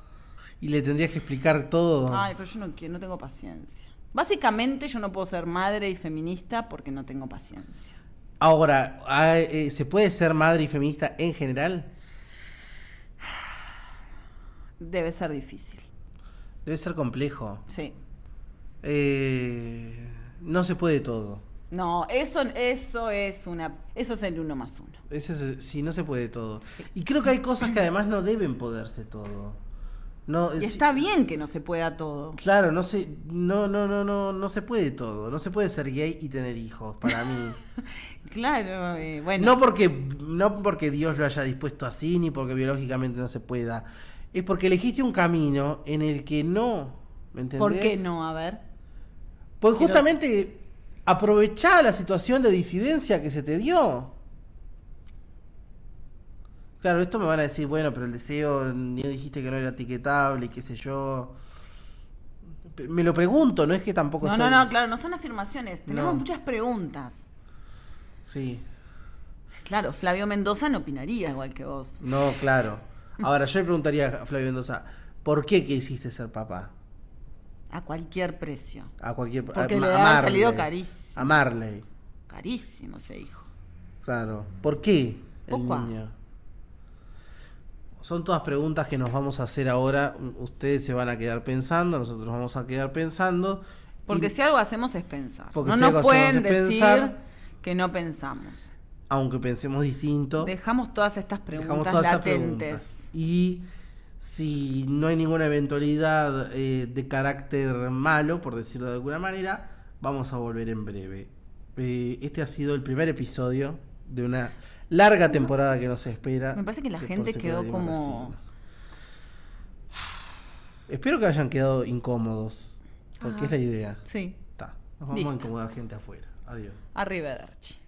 S3: Y le tendrías que explicar todo.
S2: Ay, pero yo no quiero, no tengo paciencia. Básicamente yo no puedo ser madre y feminista porque no tengo paciencia.
S3: Ahora, ah, eh, ¿se puede ser madre y feminista en general?
S2: Debe ser difícil.
S3: Debe ser complejo.
S2: Sí.
S3: Eh, no se puede todo.
S2: No, eso, eso es una, eso es el uno más uno.
S3: Ese es- sí, no se puede todo. Y creo que hay cosas que además no deben poderse todo. No,
S2: Y
S3: es-
S2: está bien que no se pueda todo.
S3: Claro, no se, no, no, no, no, no se puede todo. No se puede ser gay y tener hijos, para mí.
S2: Claro, eh, bueno.
S3: No porque, no porque Dios lo haya dispuesto así, ni porque biológicamente no se pueda. Es porque elegiste un camino en el que no. ¿Me entendés?
S2: ¿Por qué no? A ver.
S3: Pues
S2: Pero-
S3: justamente aprovechá la situación de disidencia que se te dio. Claro, esto me van a decir, bueno, pero el deseo ni dijiste que no era etiquetable y qué sé yo. Pe- Me lo pregunto, no es que tampoco
S2: No, no,
S3: estoy-
S2: no, claro, no son afirmaciones. Tenemos
S3: No.
S2: muchas preguntas.
S3: Sí.
S2: Claro, Flavio Mendoza no opinaría igual que vos.
S3: No, claro. Ahora, yo le preguntaría a Flavio Mendoza, ¿por qué quisiste ser papá?
S2: A cualquier precio.
S3: A cualquier a-
S2: Porque le
S3: a
S2: debe haber
S3: Marley.
S2: salido carísimo.
S3: A Marley,
S2: Carísimo ese hijo.
S3: claro. ¿Por qué el
S2: Poco.
S3: niño? Son todas preguntas que nos vamos a hacer ahora. U- Ustedes se van a quedar pensando, nosotros vamos a quedar pensando.
S2: Porque
S3: Y
S2: si algo hacemos es pensar.
S3: Porque
S2: no
S3: si algo
S2: nos
S3: hacemos
S2: pueden
S3: es
S2: decir
S3: pensar.
S2: que no pensamos.
S3: Aunque pensemos distinto,
S2: Dejamos todas estas preguntas
S3: dejamos todas estas
S2: latentes.
S3: preguntas. Y si no hay ninguna eventualidad eh, de carácter malo, por decirlo de alguna manera, vamos a volver en breve. Eh, este ha sido el primer episodio de una larga temporada que nos espera.
S2: Me parece que la
S3: de
S2: gente
S3: Por
S2: quedó
S3: Separado y
S2: como-
S3: Magazine. Espero que hayan quedado incómodos, porque
S2: Ajá.
S3: es la idea.
S2: Sí,
S3: Ta, nos vamos
S2: Ah. Listo.
S3: a incomodar gente afuera. Adiós.
S2: arriba de Archie.